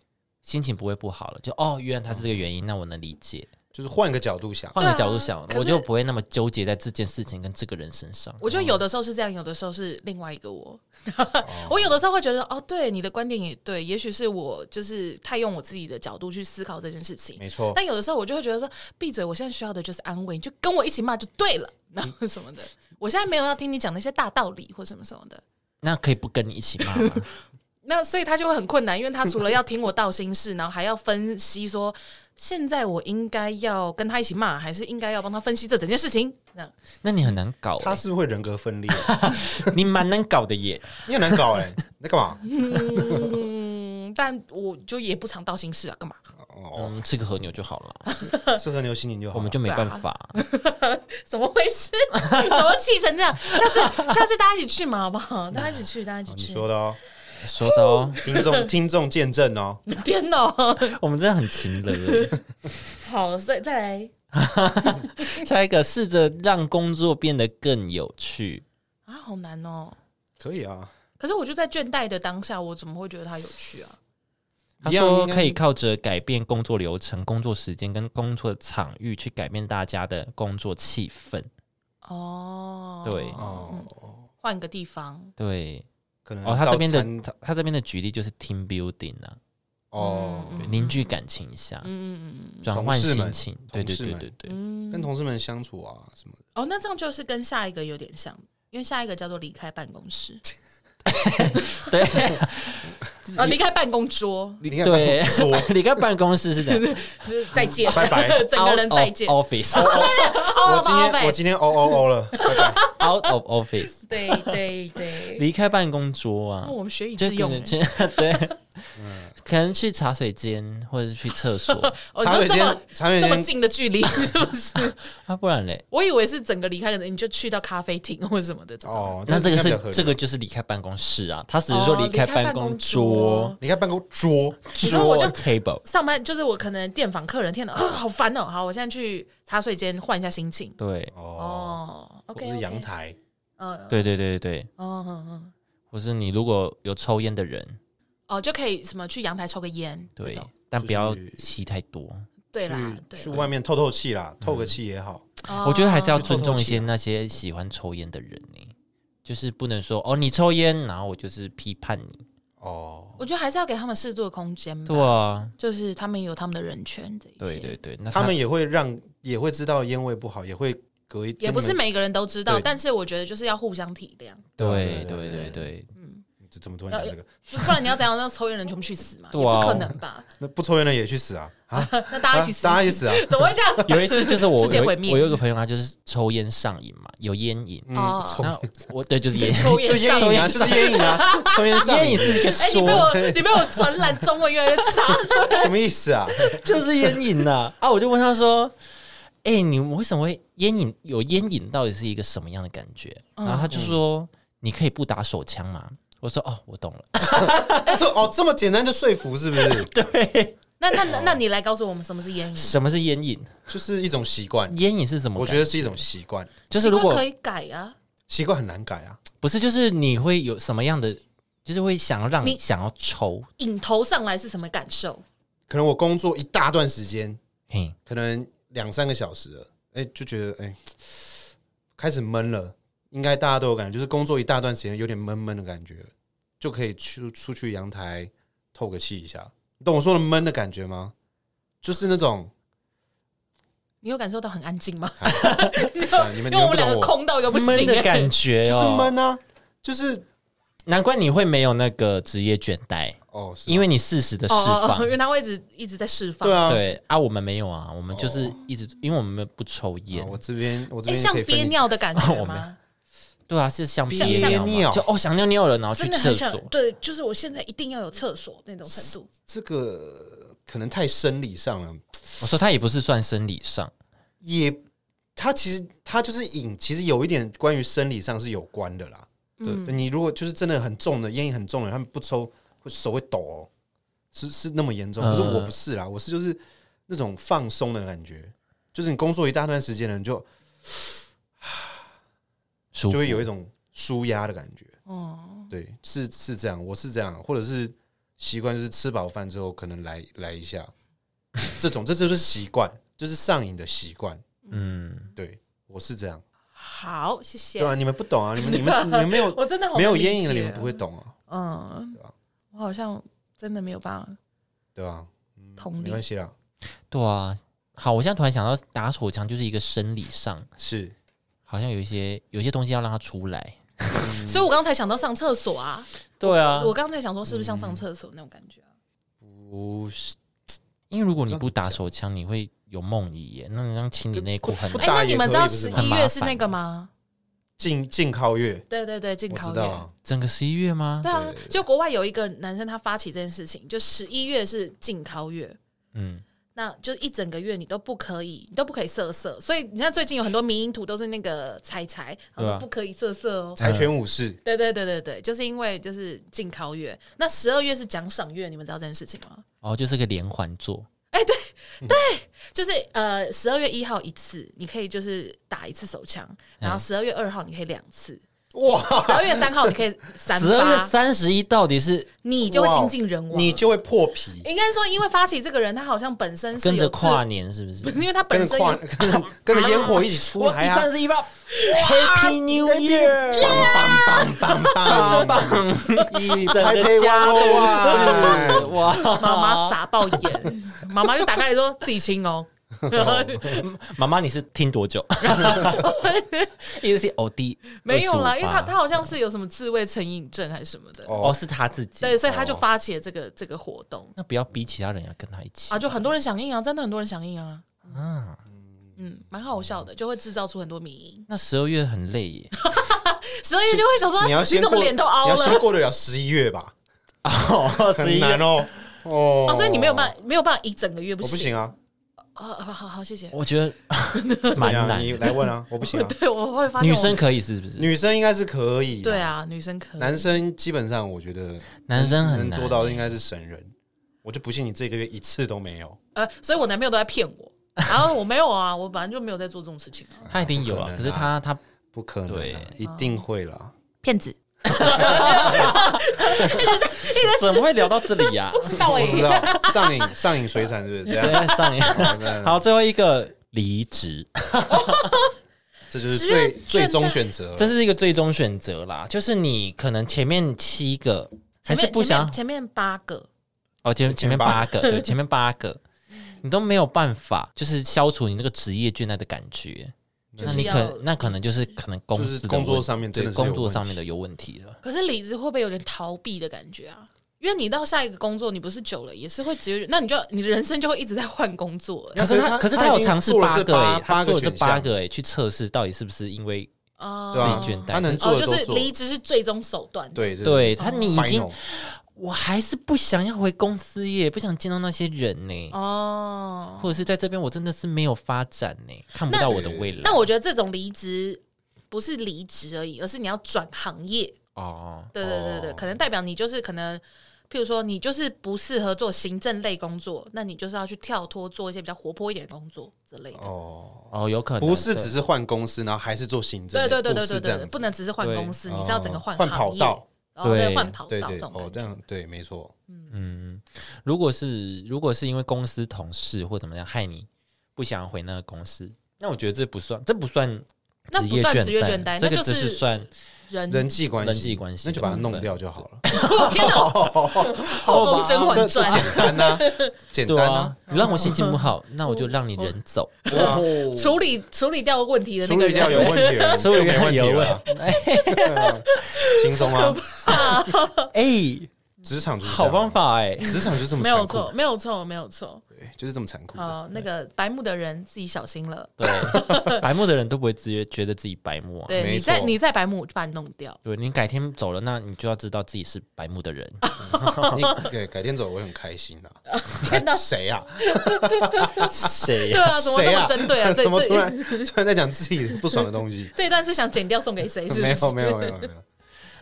Speaker 2: 心情不会不好了，就哦，原来他是这个原因，那我能理解。
Speaker 3: 就是换个角度想，
Speaker 2: 换个角度想，
Speaker 1: 可是
Speaker 2: 我就不会那么纠结在这件事情跟这个人身上。
Speaker 1: 我觉得有的时候是这样，有的时候是另外一个我。 我有的时候会觉得，哦，对，你的观点也对，也许是我就是太用我自己的角度去思考这件事情。
Speaker 3: 没错。
Speaker 1: 但有的时候我就会觉得说，闭嘴！我现在需要的就是安慰，你就跟我一起骂就对了，然后什么的。我现在没有要听你讲那些大道理或什么什么的。
Speaker 2: 那可以不跟你一起骂吗？
Speaker 1: 那所以他就会很困难，因为他除了要听我道心事，然后还要分析说，现在我应该要跟他一起骂，还是应该要帮他分析这整件事情？这样
Speaker 2: 那你很难搞欸、欸
Speaker 3: 他是不是会人格分裂？
Speaker 2: 你蛮难搞的耶。
Speaker 3: 你很难搞 哎、你在干嘛？
Speaker 1: 嗯，但我就也不常道心事啊，干嘛？
Speaker 3: 哦，
Speaker 2: 嗯，吃个和牛就好了，
Speaker 3: 适合牛心灵就好了。
Speaker 2: 我们就没办法。
Speaker 1: 怎么回事？ 怎么气成这样？下次下次大家一起去嘛，好不好？大家一起去，大家一
Speaker 3: 哦
Speaker 1: 起
Speaker 3: 你
Speaker 1: 去。
Speaker 3: 说的哦，
Speaker 2: 说的哦，
Speaker 3: 听众听众见证哦，
Speaker 1: 天哦，
Speaker 2: 我们真的很勤劳耶。
Speaker 1: 好，所以再来
Speaker 2: 下一个，试着让工作变得更有趣。
Speaker 1: 啊，好难哦。
Speaker 3: 可以啊，
Speaker 1: 可是我就在倦怠的当下，我怎么会觉得它有趣啊？
Speaker 2: 他
Speaker 3: 一样
Speaker 2: 说
Speaker 3: 应该
Speaker 2: 可以靠着改变工作流程、工作时间跟工作场域去改变大家的工作气氛。
Speaker 1: 哦，
Speaker 2: 对
Speaker 1: 嗯
Speaker 3: 哦，
Speaker 1: 换个地方，
Speaker 2: 对，
Speaker 3: 可能
Speaker 2: 哦，他这边
Speaker 3: 到餐
Speaker 2: 的他他这边的举例就是 team building 啊，
Speaker 3: 哦，
Speaker 2: 对凝聚感情一下，
Speaker 1: 嗯嗯嗯
Speaker 2: 转换
Speaker 3: 同事
Speaker 2: 心
Speaker 3: 们
Speaker 2: 情。对对
Speaker 3: 同事
Speaker 2: 对
Speaker 3: 们
Speaker 2: 对对，
Speaker 1: 嗯，
Speaker 3: 跟同事们相处啊什么的，
Speaker 1: 哦，那这样就是跟下一个有点像，因为下一个叫做离开办公室，
Speaker 2: 对
Speaker 1: 嗯 啊，离开办公桌，
Speaker 3: 你看
Speaker 2: 对
Speaker 3: 说
Speaker 2: 离开办公室是这样，
Speaker 1: 就是再见，
Speaker 3: 拜拜
Speaker 1: 整个人再见
Speaker 2: Out of office，
Speaker 1: 哦
Speaker 3: 我今天我今天哦哦 哦了，拜拜
Speaker 2: out of office，
Speaker 1: 对对对，
Speaker 2: 离开办公桌啊
Speaker 1: 那，我们学以
Speaker 2: 就
Speaker 1: 致
Speaker 2: 可
Speaker 1: 用欸
Speaker 2: 能，去 对，
Speaker 3: 嗯
Speaker 2: 可能去茶水间或者是去厕 所
Speaker 1: 哦，
Speaker 3: 茶
Speaker 1: 就
Speaker 3: 水
Speaker 1: 这么
Speaker 3: 间茶水
Speaker 1: 这么
Speaker 3: 间
Speaker 1: 近的距离， 是不是？
Speaker 2: 啊，不然嘞，
Speaker 1: 我以为是整个离开的，你就去到咖啡厅或什么的这种。
Speaker 3: 哦，
Speaker 2: 那这个
Speaker 3: 应该比较合
Speaker 2: 是
Speaker 3: 理
Speaker 2: 这个就是离开办公室啊，他只是说
Speaker 1: 哦
Speaker 2: 离开办
Speaker 1: 公
Speaker 2: 桌，
Speaker 3: 你看办公桌，
Speaker 1: 你说我
Speaker 2: 桌
Speaker 1: 就
Speaker 2: table，
Speaker 1: 上班就是我可能电访客人，天哪，啊，好烦哦！好，我现在去茶水间换一下心情。
Speaker 2: 对
Speaker 3: 哦，
Speaker 1: 哦
Speaker 3: 或
Speaker 1: ，OK，
Speaker 3: 是阳，台，
Speaker 1: 嗯，
Speaker 2: 对对对对对，
Speaker 1: 哦，嗯嗯，
Speaker 2: 或是你如果有抽烟的人，
Speaker 1: 哦，就可以什么去阳台抽个烟，这
Speaker 2: 对
Speaker 1: 种，
Speaker 2: 但
Speaker 3: 就
Speaker 2: 不要
Speaker 3: 是
Speaker 2: 吸太多。
Speaker 1: 对啦，
Speaker 3: 去
Speaker 1: 对
Speaker 3: 去外面透透气啦，透个气也好，
Speaker 1: 哦
Speaker 2: 我觉得还是要
Speaker 3: 去透
Speaker 2: 尊
Speaker 3: 透
Speaker 2: 重一
Speaker 3: 气
Speaker 2: 些
Speaker 3: 啊
Speaker 2: 那些喜欢抽烟的人呢，就是不能说哦你抽烟，然后我就是批判
Speaker 1: 嗯
Speaker 2: 你，
Speaker 3: 哦，
Speaker 1: 我觉得还是要给他们适度的空间吧，
Speaker 2: 对啊，
Speaker 1: 就是他们有他们的人权这一些，
Speaker 2: 对对对，那
Speaker 3: 他们也会让也会知道烟味不好，也会隔一
Speaker 1: 也不是
Speaker 3: 跟你们
Speaker 1: 每个人都知道，
Speaker 3: 对
Speaker 1: 但是我觉得就是要互相体谅，
Speaker 2: 对
Speaker 3: 对
Speaker 2: 对
Speaker 3: 对
Speaker 2: 对
Speaker 3: 对
Speaker 2: 对，
Speaker 3: 这怎么突然讲这个？
Speaker 1: 不然你要怎样让抽烟人全部去死嘛？
Speaker 2: 对
Speaker 1: 也
Speaker 2: 啊
Speaker 1: 不可能吧？
Speaker 3: 那不抽烟的也去死啊啊！
Speaker 1: 那大家一起死，哦
Speaker 3: 大家一起死啊！
Speaker 1: 怎么会这样？
Speaker 2: 有一次就是我
Speaker 1: 世界
Speaker 2: 有
Speaker 1: 毁
Speaker 2: 一
Speaker 1: 灭
Speaker 2: 我有一个朋友，他就是抽烟上瘾嘛，有烟瘾。
Speaker 1: 哦
Speaker 3: 嗯，抽
Speaker 2: 那我对就是烟，
Speaker 1: 抽
Speaker 3: 就
Speaker 1: 烟上
Speaker 3: 烟瘾啊，就是烟瘾啊，抽烟上
Speaker 2: 烟瘾
Speaker 3: 瘾
Speaker 2: 是一个
Speaker 1: 哎、你被
Speaker 2: 说，
Speaker 1: 我你被我传染，中文越来越差。
Speaker 3: 什么意思啊？
Speaker 2: 就是烟瘾呐。啊，我就问他说：“哎，你为什么会烟瘾？有烟瘾到底是一个什么样的感觉？”
Speaker 1: 嗯
Speaker 2: 然后他就说：“你可以不打手枪吗？”我说：“哦，我懂了。
Speaker 3: 这哦这么简单就说服是不是？”
Speaker 2: 对，
Speaker 1: 那那那那你来告诉我们什么是烟瘾？
Speaker 2: 什么是烟瘾？
Speaker 3: 就是一种习惯，
Speaker 2: 烟瘾是什么感？
Speaker 3: 我觉得是一种习惯，
Speaker 2: 就是如
Speaker 1: 习惯
Speaker 2: 果
Speaker 1: 可以改啊，
Speaker 3: 习惯很难改啊。
Speaker 2: 不是，就是你会有什么样的，就是会想要让你
Speaker 1: 你
Speaker 2: 想要抽，
Speaker 1: 瘾头上来是什么感受？
Speaker 3: 可能我工作一大段时间，
Speaker 2: 嘿，
Speaker 3: 可能两三个小时了，哎，就觉得哎开始闷了，应该大家都有感觉，就是工作一大段时间有点闷闷的感觉，就可以去出去阳台透个气一下。你懂我说的闷的感觉吗？就是那种，
Speaker 1: 你有感受到很安静吗？
Speaker 3: 啊你们
Speaker 1: 因为
Speaker 3: 你们
Speaker 1: 我
Speaker 3: 不
Speaker 1: 们两
Speaker 3: 懂
Speaker 1: 个
Speaker 3: 我，
Speaker 1: 空到一个不行、
Speaker 2: 闷的
Speaker 1: 哎
Speaker 2: 感觉
Speaker 3: 就是
Speaker 2: 哦，
Speaker 3: 闷啊，就是
Speaker 2: 难怪你会没有那个职业倦怠，
Speaker 3: 哦，是啊
Speaker 2: 因为你适时的释
Speaker 1: 哦哦
Speaker 2: 放。
Speaker 1: 哦，因为哦它会一直一直在释放。
Speaker 3: 对啊，
Speaker 2: 对啊，我们没有啊，我们就是一直，因为我们不抽烟
Speaker 3: 哦啊。我这边我这
Speaker 1: 哎、
Speaker 3: 边
Speaker 1: 像
Speaker 3: 可以分
Speaker 1: 憋
Speaker 3: 析
Speaker 1: 尿的感觉
Speaker 2: 我
Speaker 1: 吗？
Speaker 2: 对啊，是像
Speaker 3: 憋
Speaker 2: 憋尿嘛，
Speaker 3: 尿
Speaker 2: 就哦想尿尿了，然后去
Speaker 1: 真的
Speaker 2: 厕
Speaker 1: 很想
Speaker 2: 所。
Speaker 1: 对，就是我现在一定要有厕所那种程度。
Speaker 3: 这个可能太生理上了，
Speaker 2: 我说他也不是算生理上，
Speaker 3: 也它其实它就是瘾，其实有一点关于生理上是有关的啦。对，
Speaker 1: 嗯
Speaker 3: 你如果就是真的很重的烟瘾很重的，他们不抽会手会抖哦，是是那么严重。可是
Speaker 2: 呃
Speaker 3: 我不是啦，我是就是那种放松的感觉，就是你工作一大段时间了，你就
Speaker 2: 舒服
Speaker 3: 就会有一种舒压的感觉。
Speaker 1: 哦，
Speaker 3: 对，是是这样，我是这样，或者是习惯就是吃饱饭之后可能来来一下，这种这就是习惯，就是上瘾的习惯。
Speaker 2: 嗯，
Speaker 3: 对我是这样，
Speaker 1: 好，谢谢。
Speaker 3: 对啊，你们不懂啊，你们你们你们没有
Speaker 1: 我真的好
Speaker 3: 没有
Speaker 1: 难理
Speaker 3: 烟瘾的，
Speaker 1: 解
Speaker 3: 你们不会懂啊，
Speaker 1: 嗯
Speaker 3: 对吧，
Speaker 1: 我好像真的没有办法
Speaker 3: 对吧？嗯
Speaker 1: 同理
Speaker 3: 没关系啦，
Speaker 2: 对啊。好，我现在突然想到，打手枪就是一个生理上，
Speaker 3: 是
Speaker 2: 好像有一些有一些东西要让它出来。
Speaker 1: 所以我刚才想到上厕所啊，
Speaker 2: 对啊
Speaker 1: 我刚才想说是不是像上厕所那种感觉啊？
Speaker 3: 不是
Speaker 2: 因为如果你不打手枪，你会有梦遗耶。那你让清理内裤很
Speaker 3: 不
Speaker 1: 哎，
Speaker 3: 打
Speaker 1: 那
Speaker 3: 也
Speaker 1: 你们
Speaker 3: 嗯可
Speaker 1: 知道
Speaker 3: 以不是
Speaker 1: 十
Speaker 3: 吗
Speaker 1: 一月是那个吗？
Speaker 3: 禁禁靠月？
Speaker 1: 对对对，进
Speaker 3: 我
Speaker 1: 考
Speaker 3: 知
Speaker 1: 月
Speaker 3: 道。啊，
Speaker 2: 整个十一月吗？
Speaker 1: 对啊
Speaker 3: 对对，对
Speaker 1: 就国外有一个男生他发起这件事情，就十一月是禁考月，
Speaker 2: 嗯，
Speaker 1: 那就一整个月你都不可以，你都不可以色色。所以你看最近有很多迷因图都是那个彩彩，然
Speaker 2: 对
Speaker 1: 后说
Speaker 2: 啊
Speaker 1: 不可以色色哦。
Speaker 3: 柴犬武士
Speaker 1: 对对对对对，就是因为就是禁考月，那十二月是奖赏月，你们知道这件事情吗？
Speaker 2: 哦，就是个连环做，
Speaker 1: 就是呃，十二月一号一次，你可以就是打一次手枪，然
Speaker 2: 嗯
Speaker 1: 后十二月二号你可以两 次，
Speaker 3: 哇，
Speaker 1: 十二月三号你可以三
Speaker 2: 十二月
Speaker 1: 发，
Speaker 2: 三哦十一到底是
Speaker 1: 你就会精尽人亡。
Speaker 3: 哦你就会破皮，
Speaker 1: 应该说，因为发起这个人，他好像本身是
Speaker 2: 跟着
Speaker 1: 有自
Speaker 2: 跨，年是不是
Speaker 1: 不？是因为他
Speaker 3: 跟
Speaker 1: 本
Speaker 3: 着
Speaker 1: 身
Speaker 3: 跨
Speaker 1: 有
Speaker 3: 跟着跟着烟火一起出来啊！
Speaker 2: 十一发，Happy
Speaker 1: 啊
Speaker 2: New Year！
Speaker 3: 棒棒棒棒棒！一拍拍哇哇哇！
Speaker 2: 哇，
Speaker 1: 妈妈傻爆眼，哦 妈妈就打开来说自己亲 哦。
Speaker 2: 妈妈你是听多久？ 一直是偶滴，
Speaker 1: 没有啦，
Speaker 2: 25
Speaker 1: 因为他
Speaker 2: 发
Speaker 1: 他好像是有什么自慰成瘾症还是什么的，
Speaker 2: 哦是他自己，
Speaker 1: 对，所以
Speaker 3: 哦
Speaker 1: 他就发起了这个这个活动
Speaker 2: 那不要逼其他人要跟他一起
Speaker 1: 啊，就很多人响应啊，真的很多人响应啊，
Speaker 2: 啊。
Speaker 1: 嗯，蛮好笑的，就会制造出很多迷因。
Speaker 2: 那十二月很累耶，
Speaker 1: 十二月就会想 说，
Speaker 3: 你要先
Speaker 1: 怎
Speaker 3: 过，
Speaker 1: 么
Speaker 3: 你
Speaker 1: 脸都凹
Speaker 3: 要先
Speaker 1: 了？
Speaker 3: 过得了十一月吧？
Speaker 2: 哦，
Speaker 3: 很难哦。哦
Speaker 1: 哦，所以你没有办法，没有办法一整个月不
Speaker 3: 我不行啊，
Speaker 1: 哦，好好好，谢谢。
Speaker 2: 我觉 得
Speaker 3: 怎么
Speaker 2: 蛮
Speaker 3: 样？
Speaker 2: 难
Speaker 3: 你
Speaker 2: 的。
Speaker 3: 来问啊，我不行啊。
Speaker 1: 对，我会发现
Speaker 2: 女
Speaker 1: 我
Speaker 2: 生可以是不是？
Speaker 3: 女生应该是可以，
Speaker 1: 对，啊，女生可以
Speaker 3: 男生基本上我觉得
Speaker 2: 男生很
Speaker 3: 能
Speaker 2: 难欸
Speaker 3: 做到的应该是神人。我就不信你这个月一次都没有，
Speaker 1: 呃，所以我男朋友都在骗 我，然后我没有啊，我本来就没有在做这种事情啊，
Speaker 2: 他一定有啊，
Speaker 3: 不可能啊
Speaker 2: 可是他他
Speaker 3: 不可能
Speaker 2: 对
Speaker 3: 啊，一定会啦。
Speaker 1: 骗子，
Speaker 2: 怎么会聊到这里
Speaker 3: 啊
Speaker 2: 呀？
Speaker 1: 不知道哎
Speaker 3: 我不知道上瘾 上瘾水产是不是这
Speaker 1: 啊
Speaker 3: 样？
Speaker 2: 对，上一
Speaker 3: 好那
Speaker 2: 好，最后一个离职，
Speaker 3: 这就是
Speaker 1: 十月
Speaker 3: 最最
Speaker 1: 圣
Speaker 3: 终
Speaker 1: 诞
Speaker 3: 选择了。
Speaker 2: 这是一个最终选择啦。就是你可能前面七个
Speaker 1: 前
Speaker 2: 还是
Speaker 1: 面
Speaker 2: 不想
Speaker 1: 前面前面八个，
Speaker 2: 哦，前前面
Speaker 3: 前
Speaker 2: 八 个，对，前面八个，你都没有办法，就是消除你那个职业倦怠的感觉。
Speaker 1: 就
Speaker 2: 那
Speaker 1: 是
Speaker 2: 你
Speaker 1: 要
Speaker 2: 可那可能就是可能公
Speaker 3: 就是
Speaker 2: 司的
Speaker 3: 工作
Speaker 2: 问
Speaker 3: 上面真
Speaker 2: 对
Speaker 3: 的是有
Speaker 2: 工作上
Speaker 3: 问
Speaker 2: 面的
Speaker 3: 题
Speaker 2: 有问题了。
Speaker 1: 可是李子会不会有点逃避的感觉啊？因为你到下一个工作，你不是久了也是会只有，那你就你的人生就会一直在换工作欸
Speaker 2: 可是他，
Speaker 3: 可
Speaker 2: 可
Speaker 3: 是
Speaker 2: 是
Speaker 3: 他
Speaker 2: 他
Speaker 3: 他已
Speaker 2: 有
Speaker 3: 经
Speaker 2: 尝试
Speaker 3: 做了这
Speaker 2: 个欸，他
Speaker 3: 八八个
Speaker 2: 做了这
Speaker 3: 选
Speaker 2: 八
Speaker 3: 项
Speaker 2: 个哎，去测试到底是不是因为
Speaker 1: 哦
Speaker 3: 对啊
Speaker 2: 自己倦怠
Speaker 3: 他能做
Speaker 1: 哦，
Speaker 3: 的
Speaker 1: 就
Speaker 3: 都
Speaker 1: 是
Speaker 3: 做
Speaker 1: 离职是最终手段，
Speaker 3: 对对
Speaker 2: 对他你已经
Speaker 3: Final
Speaker 2: 我还是不想要回公司耶，不想见到那些人呢，
Speaker 1: 哦。
Speaker 2: 或者是在这边我真的是没有发展呢，看不
Speaker 1: 那
Speaker 2: 到我的未来。
Speaker 1: 那我觉得这种离职不是离职而已，而是你要转行业。
Speaker 2: 哦，
Speaker 1: 对对对对，
Speaker 3: 哦
Speaker 1: 可能代表你就是可能，譬如说你就是不适合做行政类工作，那你就是要去跳脱做一些比较活泼一点的工作之类的。
Speaker 3: 哦，
Speaker 2: 哦，有可能
Speaker 3: 不是
Speaker 2: 对
Speaker 3: 只是换公司，然后还是做行政，
Speaker 1: 对对对
Speaker 3: 不
Speaker 1: 对
Speaker 3: 是
Speaker 1: 对
Speaker 3: 这
Speaker 1: 对
Speaker 3: 样
Speaker 1: 对，
Speaker 3: 子
Speaker 1: 不能只是换
Speaker 2: 对
Speaker 1: 公司，你是要整个
Speaker 3: 哦
Speaker 1: 换
Speaker 3: 换
Speaker 1: 行
Speaker 3: 跑
Speaker 1: 业
Speaker 3: 道，
Speaker 1: 哦对，
Speaker 2: 对
Speaker 1: 换跑道
Speaker 3: 对
Speaker 1: 这
Speaker 3: 对
Speaker 1: 种
Speaker 3: 哦
Speaker 1: 感，
Speaker 3: 这
Speaker 1: 觉。
Speaker 3: 样对，没错，
Speaker 2: 嗯，如果是如果是因为公司同事或怎么样害你不想回那个公司，那我觉得这不算，这不算
Speaker 1: 那
Speaker 2: 职
Speaker 1: 不
Speaker 2: 业
Speaker 1: 算
Speaker 2: 倦
Speaker 1: 职业倦怠那
Speaker 2: 这个
Speaker 1: 就
Speaker 2: 只
Speaker 1: 是
Speaker 2: 算
Speaker 1: 人哦
Speaker 3: 人际关系，
Speaker 2: 人际关系
Speaker 3: 那就把它
Speaker 2: 的部
Speaker 3: 弄
Speaker 2: 分
Speaker 3: 掉就好了，
Speaker 1: 天 哪，后宫甄
Speaker 3: 这
Speaker 1: 嬛
Speaker 3: 这
Speaker 1: 传
Speaker 3: 简单 呐，简
Speaker 2: 对
Speaker 3: 单啊
Speaker 2: 啊，，你让我心 情不好，那我就让你人走，
Speaker 3: 对啊
Speaker 2: 哦
Speaker 1: 处理处理掉问题的那
Speaker 3: 处
Speaker 1: 个
Speaker 3: 理掉有
Speaker 1: 人，
Speaker 3: 问题了，
Speaker 2: 所以
Speaker 3: 就没问题了啊，
Speaker 2: 哎
Speaker 3: 对啊轻松啊，
Speaker 2: 哎，
Speaker 3: 职场就是这样
Speaker 2: 好方，法哎，
Speaker 3: 职场就是这么
Speaker 1: 没有
Speaker 3: 残酷
Speaker 1: 错，，没有错，没有错。
Speaker 3: 对，就是这么残酷的，
Speaker 1: 哦，那个白目的人自己小心了。
Speaker 2: 对，白目的人都不会直接觉得自己白目啊。
Speaker 1: 对，
Speaker 3: 没
Speaker 1: 你再
Speaker 3: 错
Speaker 1: 你再白目，我就把你弄掉。
Speaker 2: 对你改天走了，那你就要知道自己是白目 的人。
Speaker 3: 你对，改天走我会很开心的，
Speaker 1: 天哪
Speaker 3: 谁 啊？
Speaker 1: 对
Speaker 2: 谁呀？
Speaker 1: 啊，怎么那
Speaker 3: 谁
Speaker 1: 么
Speaker 3: 啊？
Speaker 1: 针 对啊？这
Speaker 3: 怎么突
Speaker 1: 这
Speaker 3: 然突然在讲自己不爽的东西？
Speaker 1: 这一段是想剪掉送给 谁？是不是？
Speaker 3: 没有没有没有没有，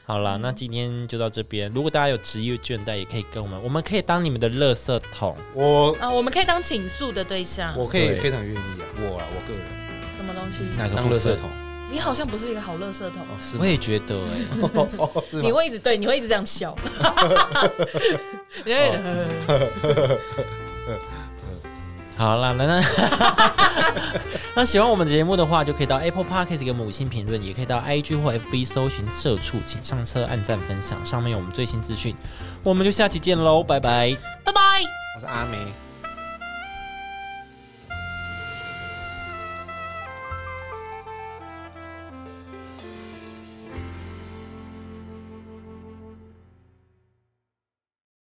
Speaker 2: 好啦，那今天就到这边。如果大家有职业倦怠，也可以跟我们，我们可以当你们的垃圾桶。
Speaker 3: 我
Speaker 1: 啊，我们可以当倾诉的对象。
Speaker 3: 我可以
Speaker 2: 对
Speaker 3: 非常愿意啊，我啊，我个人
Speaker 1: 什么东西？
Speaker 2: 哪个
Speaker 3: 当
Speaker 2: 部
Speaker 3: 垃
Speaker 2: 分
Speaker 3: 圾桶？
Speaker 1: 你好像不是一个好乐色桶，
Speaker 3: 哦，是
Speaker 2: 我
Speaker 3: 吗？
Speaker 2: 也觉得、欸，
Speaker 3: 哦是
Speaker 1: 你
Speaker 3: 吗？
Speaker 1: 会一直对，你会一直这样 笑。呃你会一直呵呵呵
Speaker 2: 好啦，那 那那喜欢我们的节目的话，就可以到 Apple Podcast 给我们五星评论，也可以到 IG 或 FB 搜寻“社畜”，请上车按赞分享，上面有我们最新资讯。我们就下期见喽，拜拜。
Speaker 1: 拜拜。
Speaker 3: 我是阿梅。